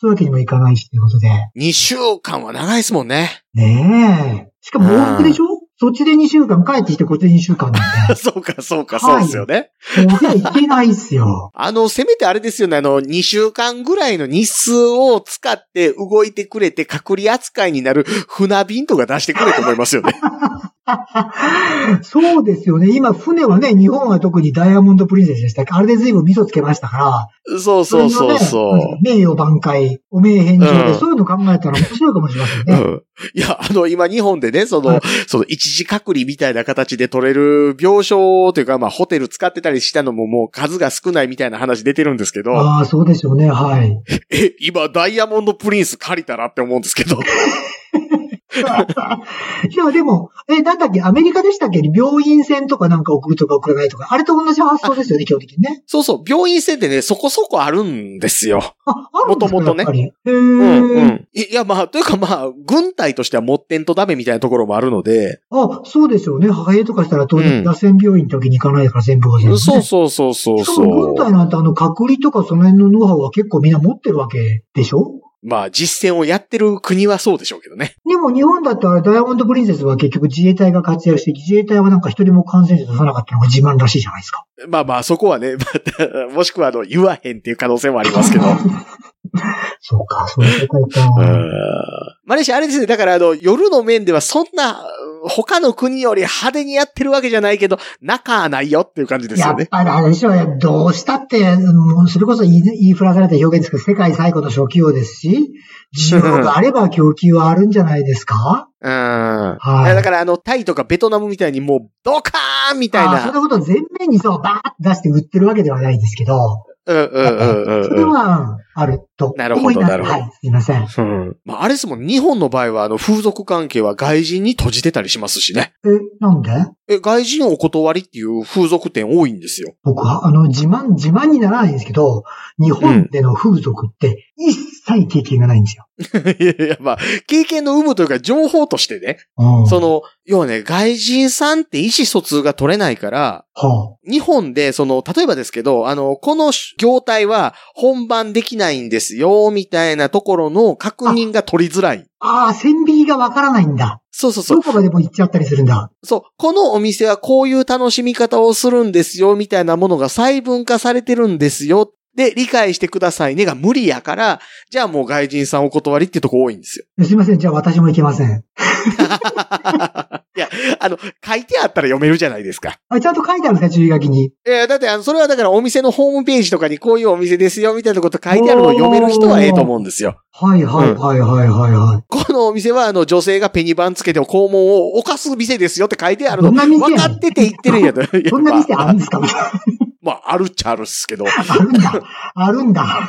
そういうわけにもいかないしということで、 2週間は長いですもんね。ねえ。しかも往復でしょそっちで2週間、帰ってきてこっちで2週間なんで そうか、そうか、そうですよね。 もういけないっすよ。あの、せめてあれですよね、あの、2週間ぐらいの日数を使って動いてくれて隔離扱いになる船便とか出してくれと思いますよね。そうですよね。今、船はね、日本は特にダイヤモンドプリンセスでしたっけあれで随分味噌つけましたから、 そうそうそうれそのうね。名誉挽回、お名返上で、うんそういうの考えたら面白いかもしれませんうね。ん、いや、あの、今日本でね、そはのい、その一時隔離みたいな形で取れる病床というか、まあ、ホテル使ってたりしたのももう数が少ないみたいな話出てるんですけど、ああ、そうでしょうね、はい。え、今ダイヤモンドプリンス借りたらって思うんですけ ど、いや、でも、え、なんだっけ、アメリカでしたっけ病院船とかなんか送るとか送らないとか、あれと同じ発想ですよね、基本的にね。そうそう、病院制ってね、そこそこあるんですよ。あ、あるんですか元々ねやっぱり。へうーん。いいや、まあ、というかまあ、軍隊としては持ってんとダメみたいなところもあるので、あ、そうでしょうね。母親とかしたら当うん然、螺旋病院ってわけにいかないから全部が全部ね。そうそうそうそうしかそも軍う。隊なんてあの隔離とかその辺のノウハウは結構みんな持ってるわけでしょまあ、実践をやってる国はそうでしょうけどね。でも日本だってあれ、ダイヤモンドプリンセスは結局自衛隊が活躍して、自衛隊はなんか一人も感染者出さなかったのが自慢らしいじゃないですか。まあまあ、そこはね、ま たもしくはあの、言わへんっていう可能性もありますけど。そうか、そういうことか。マレーシア、あれですね、だからあの、夜の面ではそんな、他の国より派手にやってるわけじゃないけど、仲はないよっていう感じですやよっね。ぱりあれでしょ、どうしたって、もうそれこそ言い言いふらされた表現ですけど、世界最古の初期用ですし、需要があれば供給はあるんじゃないですかうん。はいだからあの、タイとかベトナムみたいにもう、ドカーンみたいああそんなな。こと全面にそう、バーって出して売ってるわけではないですけど、うんうんうんうんそれうん。は、うんあると思います。なるほどなるほどはい、すいません。うんまあ、あれですもん、日本の場合は、あの、風俗関係は外人に閉じてたりしますしね。え、なんでえ、外人お断りっていう風俗店多いんですよ。 僕は、あの、自慢、自慢にならないんですけど、日本での風俗って一切経験がないんですよ。いやいや、まあ、経験の有無というか、情報としてね。うん。その、要はね、外人さんって意思疎通が取れないから、は日本で、その、例えばですけど、あの、この業態は本番できないんですよ、みたいなところの確認が取りづらい。あ、ああ、線引きがわからないんだ。そうそうそうど。こまでも行っちゃったりするんだ。そう。このお店はこういう楽しみ方をするんですよ、みたいなものが細分化されてるんですよ。で、理解してくださいねが無理やから、じゃあもう外人さんお断りってとこ多いんですよ。すいません、じゃあ私も行けません。いや、あの、書いてあったら読めるじゃないですか。あ、ちゃんと書いてあるんですか、注意書きに。いや、だって、あの、それはだからお店のホームページとかにこういうお店ですよみたいなこと書いてあるのを読める人はええと思うんですよ。はいはいはいはいはいはい。 このお店はあの女性がペニバンつけて肛門を犯す店ですよって書いてあるどの。んな店分やかねんってて言ってるん やと。いやそんな店まあ、あるんですかまあ、あるっちゃあるっすけど。 あるんだ。あるんだ。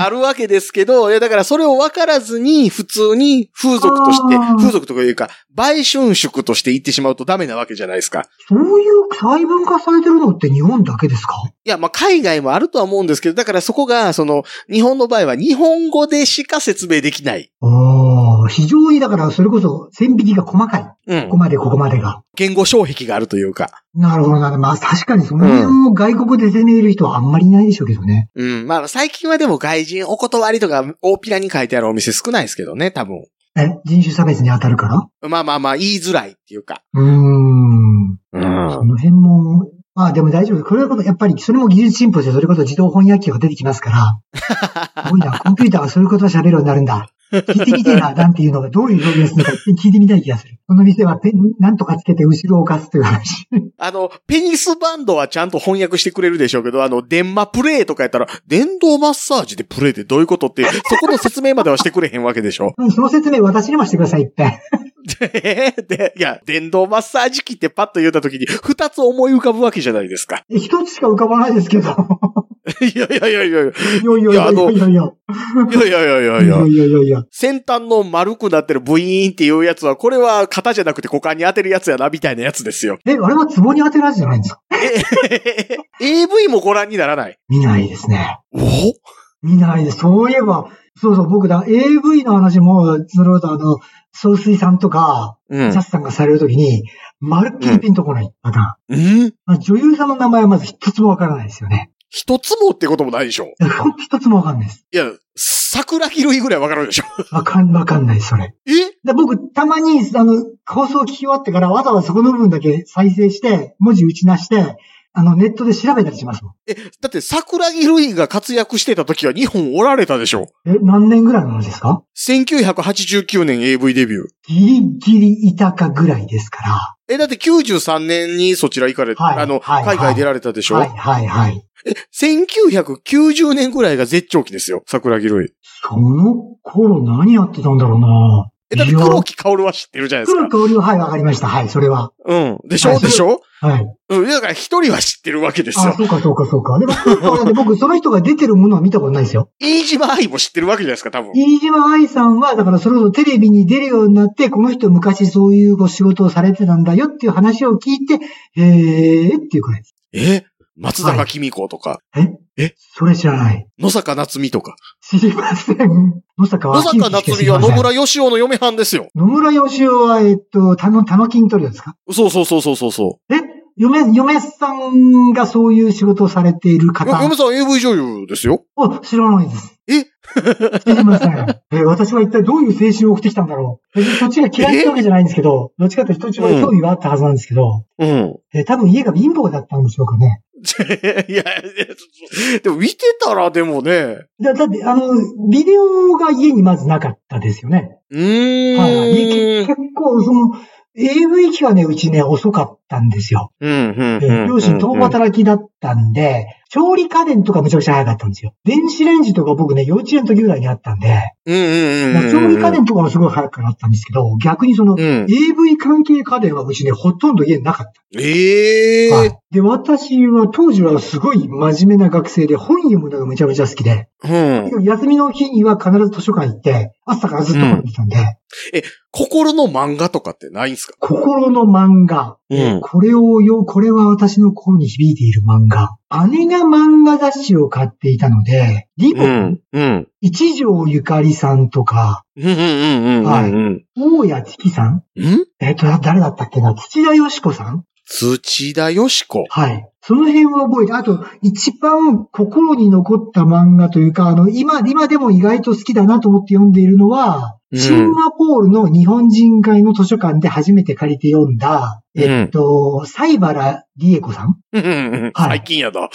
あるわけですけど、いや、だからそれを分からずに普通に風俗としてあー、風俗とかいうか、売春宿として言ってしまうとダメなわけじゃないですか。そういう細分化されてるのって日本だけですかいや、まあ、海外もあるとは思うんですけど、だからそこが、その、日本の場合は日本語でしか説明できない。ああ、非常にだからそれこそ線引きが細かい。うんここ。までここまでが。言語障壁があるというか。なるほどな。まあ確かにその辺を外国で攻める人はあんまりいないでしょうけどね。うん。まあ、最近はでも外人お断りとか、大ピラに書いてあるお店少ないですけどね、多分。え、人種差別に当たるからまあまあまあ、言いづらいっていうか。うーん。うそ。の辺も、まあでも大丈夫。これはやっぱりそれも技術進歩してそれこそ自動翻訳機が出てきますから。すごいな。コンピューターがそういうことを喋るようになるんだ。聞いてみてえな、なんていうのがどういう表現するのか聞いてみたい気がする。この店はペン、なんとかつけて後ろを貸すという話。 あの、ペニスバンドはちゃんと翻訳してくれるでしょうけど、あの、電マプレイとかやったら、電動マッサージでプレイってどういうことって、そこの説明まではしてくれへんわけでし ょ。うんその説明私にもしてくださいって。で、でいや、電動マッサージ機ってパッと言った時に、二つ思い浮かぶわけじゃないですか。一つしか浮かばないですけど。 いやいやいやいやいや、いやいやいやいやいやいや。いやいやいやいやいいやや。いやいやいや。先端の丸くなってるブイーンっていうやつは、これは型じゃなくて股間に当てるやつやな、みたいなやつ ですよ。え、あれは壺に当てるやつじゃないんですか AV もご覧にならない。見ないですね。お見ないです。そういえば、そうそう、僕だ、AV の話も、それこそあの、総帥さんとか、うサスさんがされるときに、まるっきりピンとこないパターン。んまあ、女優さんの名前はまず一つもわからないですよね。一つもってこともないでしょ。いやほんと一つもわかんないです。いや、桜木類ぐらいわかるでしょ。わかん、わかんないです、それ。えで僕、たまに、あの、放送聞き終わってからわざわざそこの部分だけ再生して、文字打ち出して、あの、ネットで調べたりしますもん。え、だって桜木類が活躍してた時は日本おられたでしょ。え、何年ぐらいの話ですか1989年 AV デビュー。ギリギリいたかぐらいですかえ、だって93年にそちら行かれ、はいあの、はい海外出られたでしら。ょ、はいはいはい。 ?1990 年ぐらいが絶頂期ですよ、桜木類。その頃何やってたんだろうなえ、だって黒木薫は知ってるじゃないです黒かい。香りは、はい、わかりました。はい、それは。うん。でしはょいでしょはい。うん。だから一人は知ってるわけですあ、よ。そうかそうかそうか。でも、黒い香りなん で僕、その人が出てるものは見たことないですよ。飯島愛も知ってるわけじゃないですか、多分。飯島愛さんは、だからそれこそテレビに出るようになって、この人昔そういうご仕事をされてたんだよっていう話を聞いて、へーっていうくらいです。え松坂君子とか、それ知らない。野坂夏美とか。知りません。野坂野は坂夏美は野村義雄の嫁はんですよ。野村義雄は、えっと、たの、たの金トリオですかそうそうそうそうそうそえ嫁、嫁さんがそういう仕事をされているう。よ方嫁さん AV 女優ですよ。を知らないです。え 知りません。え、私は一体どういう青春を送ってきたんだろう。別にそっちが嫌いってわけじゃないんですけ ど、どっちかというと一番興味があったはずなんですけど、うん。え、多分家が貧乏だったんでしょうかね。いや、でも見てたらでもね、だ、だって、あの、ビデオが家にまずなかったですよね。うーん。はいはいで結構、その、AV 機はね、うちね、遅かったんですよ。うん、うんで両親共働きだったんで、調理家電とかむちゃくちゃ早かったんですよ。電子レンジとか僕ね、幼稚園の時ぐらいにあったんで、うん、うん、もう。うん調理家電とかはすごい早くなったんですけど、逆にその、うん。 AV 関係家電はうちね、ほとんど家になかった。ええはー。い、で、私は当時はすごい真面目な学生で、本読むのがめちゃめちゃ好きで、うん。休みの日には必ず図書館行って、朝からずっと本読んでたんで、心の漫画とかってないんすか心の漫画。うんこれをよ、これは私の心に響いている漫画。姉が漫画雑誌を買っていたので、リボ、ん。うん。一条ゆかりさんとか、うん、うん、うん、うん。はいうん。大谷月さんんえっ、と、誰だったっけな土田よしこさん土田よしこ。はい。その辺を覚えて、あと、一番心に残った漫画というか、あの、今、今でも意外と好きだなと思って読んでいるのは、うんシンガポールの日本人会の図書館で初めて借りて読んだ、うんえっと、西原理恵子さんうんうんうんはい最近やだ。はい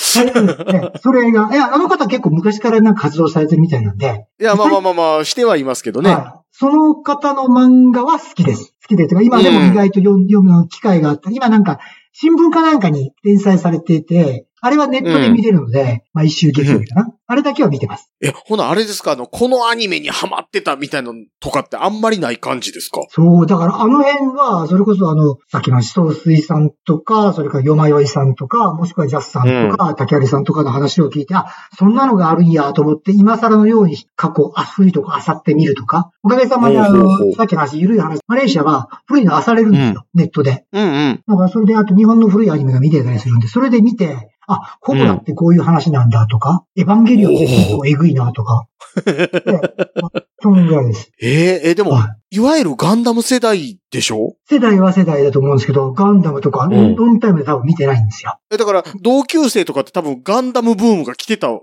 ねそれが、いや、あの方結構昔からなんか活動されてるみたいなんで、いや、まあまあまあまあ、してはいますけどね。はいその方の漫画は好きです。好きで、というか今でも意外と読,、読む機会があったり、今なんか、新聞かなんかに連載されていて、あれはネットで見れるので、毎週月曜日かな、あれだけは見てます。え、ほな、あれですかあの、このアニメにハマってたみたいなのとかってあんまりない感じですかそう、だからあの辺は、それこそあの、さっきの思想水さんとか、それからよまよいさんとか、もしくはジャスさんとか、竹有さんとかの話を聞いて、あ、そんなのがあるんやと思って、今更のように過去、あ、古いとこ漁ってみるとか、おかげさまであほうほうほうの、さっきの話、ゆるい話、マレーシアは古いの漁れるんですよ、ネットで。うんうん。だからそれであと日本の古いアニメが見てたりするんで、それで見て、あ、コブラってこういう話なんだとか、エヴァンゲリオンって結構えぐいなと か。でまあそのぐらいです。えーえ、でも、はいわゆるガンダム世代でしょ世代は世代だと思うんですけど、ガンダムとか、んロンドンタイムで多分見てないんですよ。え、だから、同級生とかって多分ガンダムブームが来てた。わ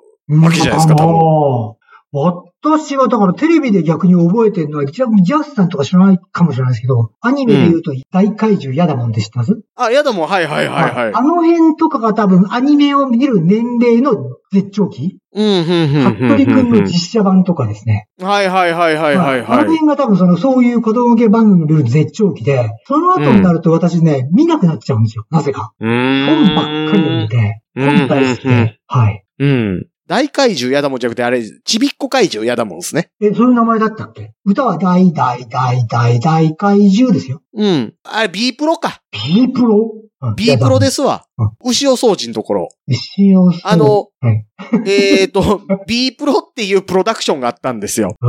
けじゃないですか多分私はだからテレビで逆に覚えてるのは、ジャジャスさんとか知らないかもしれないですけど、アニメで言うと大怪獣やだもんで知ってます、あ、やだもん、はいはいはいはい。あの辺とかが多分アニメを見る年齢の絶頂期うん、うん、うん。服部君の実写版とかですね。はいはいはいはいはいあのはい。辺が多分その、そういう子供向け番組の絶頂期で、その後になると私ね、見なくなっちゃうんですよ。なぜか。本ばっかり読んで、本大好きうんうんうんで。はい。うん。大怪獣やだもんじゃなくて、あれ、ちびっこ怪獣やだもんですね。え、そういう名前だったっけ歌は大大大大大怪獣ですよ。うん。あれ、B プロか。 B プロ。B プロですすわうん。牛尾掃除のところ。牛尾さんあの、はいえっと、B プロっていうプロダクションがあったんですよ。へー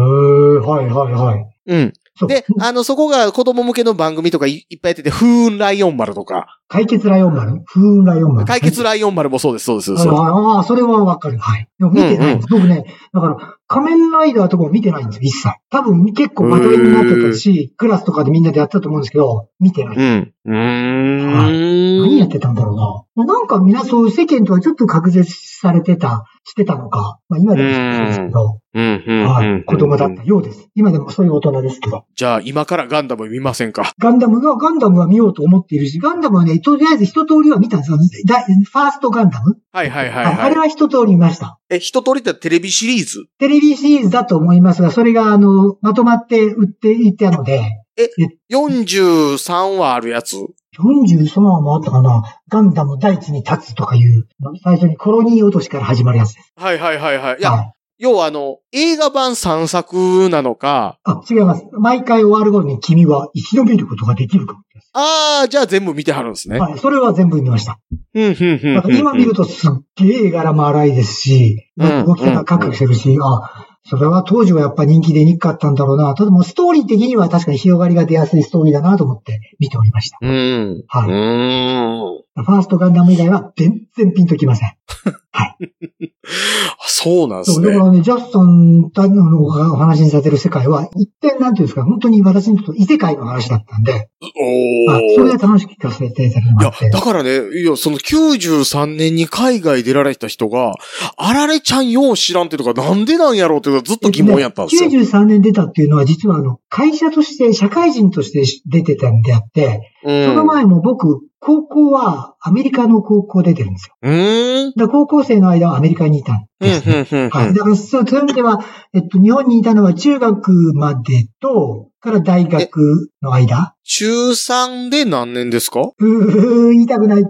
はいはいはい。うん。そう。で、あの、そこが子供向けの番組とかいいっぱいやってて、風雲ライオン丸とか、解決ライオン丸風雲ライオン丸。解決ライオン丸もそうです、そうです、あそうああ、それはわかる。はい。でも見てないんです。僕ね、だから、仮面ライダーとかも見てないんですよ、一切。多分結構話題になってたし、クラスとかでみんなでやってたと思うんですけど、見てない。うん。う何ーやんっ。てたんだろうな。なんか皆そう世間とはちょっと隔絶されてた、してたのか。まあ今でもそうですけど、うんうんはい。子供だったようです。今でもそういう大人ですけど。じゃあ、今からガンダム見ませんか。ガンダムが、ガンダムは見ようと思っているし、ガンダムはね、とりあえず一通りは見たんですよ。だファーストガンダム、はいはいはいああれはい。は一通り見ました。え、一通りってテレビシリーズテレビシリーズだと思いますが、それが、あの、まとまって売っていたので、 43話あるやつ。 43話もあったかな、ガンダム第一に立つとかいう、最初にコロニー落としから始まるやつです。はいはいはいはい。いや、はい要はあの、映画版3作なのか、あ、違います。毎回終わる頃に君は生き延びることができるかもです。あー、じゃあ全部見てはるんですね。はい、それは全部見ました。うん、うん、うんだから今見るとすっげえ絵柄も荒いですし、うん動き方カクカクしてるし、あ、それは当時はやっぱ人気出にくかったんだろうな。ただもうストーリー的には確かに広がりが出やすいストーリーだなと思って見ておりました。うん。はいうーん。ファーストガンダム以外は全然ピンときません。はい。そうなんですそう、だねか。らね、ジャスさんたのお話にされてる世界は、一点なんていうんですか、本当に私にとって異世界の話だったんで、おあーそれで楽しく聞かせていただきいまやして、。だからね、いや、その93年に海外出られた人が、あられちゃんよう知らんってとか、なんでなんやろうっていうのがずっと疑問やったんですよ。 93年出たっていうのは、実はあの、会社として、社会人として出てたんであって、うんその前も僕、高校はアメリカの高校出てるんですよ。うーだん。から高校生の間はアメリカにいたんうん、ですね。うん、うん。はい。だからそう、そういう意味では、えっと、日本にいたのは中学までと、から大学の間。中3で何年ですかうー、言いたくない。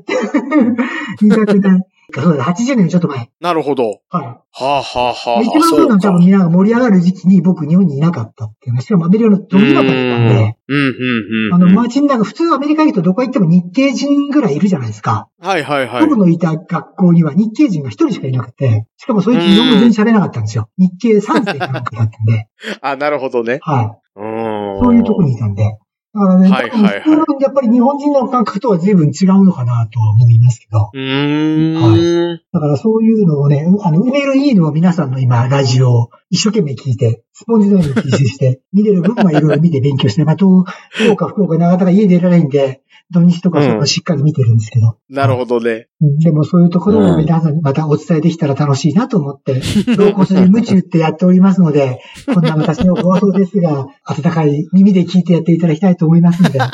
言いたくない。そうだ、80年よりちょっと前。なるほど。ははあ、はあ、はあ、い。は一番あ。そういうそうの多か。分みんなが盛り上がる時期に僕日本にいなかったっていうのしかもアメリカのど真ん中だったんで、うん、うん、うん。あの、街の中、普通アメリカ行くとどこ行っても日系人ぐらいいるじゃないですか。はい、はい、はい。僕のいた学校には日系人が一人しかいなくて、しかもそいつ日本語全然喋れなかったんですよ。日系3世なんかだったんで、 あ、なるほどね。はい。うーん。そういうとこにいたんで。だからね、はいはいはい多分普通のやっぱり日本人の感覚とは随分違うのかなとは思いますけど。うーん。だからそういうのをね、うあの、埋めるいいのを皆さんの今、ラジオを一生懸命聞いて、スポンジのように吸収 して、見れる部分はいろいろ見て勉強して、まあ、東福岡、福岡、長田が家出られないんで、土日とかそういうのをしっかり見てるんですけど。なるほどね。うんでもそういうところうをん皆さんにまたお伝えできたら楽しいなと思って、老骨に夢中ってやっておりますので、こんな私の放送です が、温かい耳で聞いてやっていただきたいと思い ますので、はい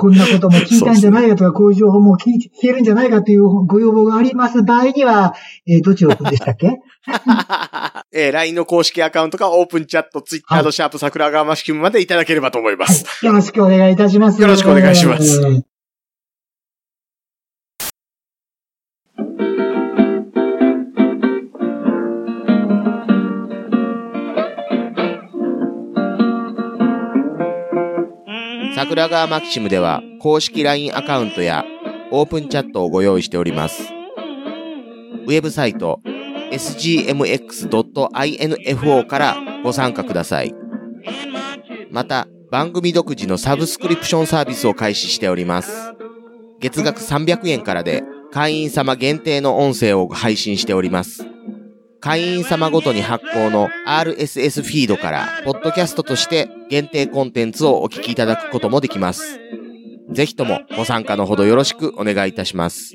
こんなことも聞いたんじゃないかとか、こういう情報も聞い聞けるんじゃないかというご要望があります場合には、えーどちらを置くんでしたっけえー LINE の公式アカウントか、オープンチャット、ツイッターはのシャープ桜川マシキムまでいただければと思います。よろしくお願いいたします。よろしくお願いします。桜川マキシムでは公式 LINE アカウントやオープンチャットをご用意しております。ウウェブサイト sgmx.info からご参加ください。また、番組独自のサブスクリプションサービスを開始しております。月額300円からで会員様限定の音声を配信しております。会員様ごとに発行の RSS フィードから、ポッドキャストとして限定コンテンツをお聞きいただくこともできます。ぜひともご参加のほどよろしくお願いいたします。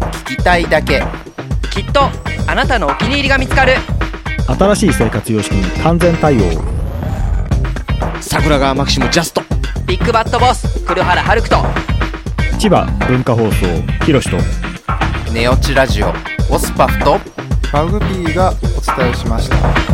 聞きたいだけ。きっとあなたのお気に入りが見つかる新しい生活様式に完全対応桜川マキシムジャスト。ビッグバットボス黒原遥人千葉文化放送ひろしとネオチラジオ。オスパフとバグピーがお伝えしました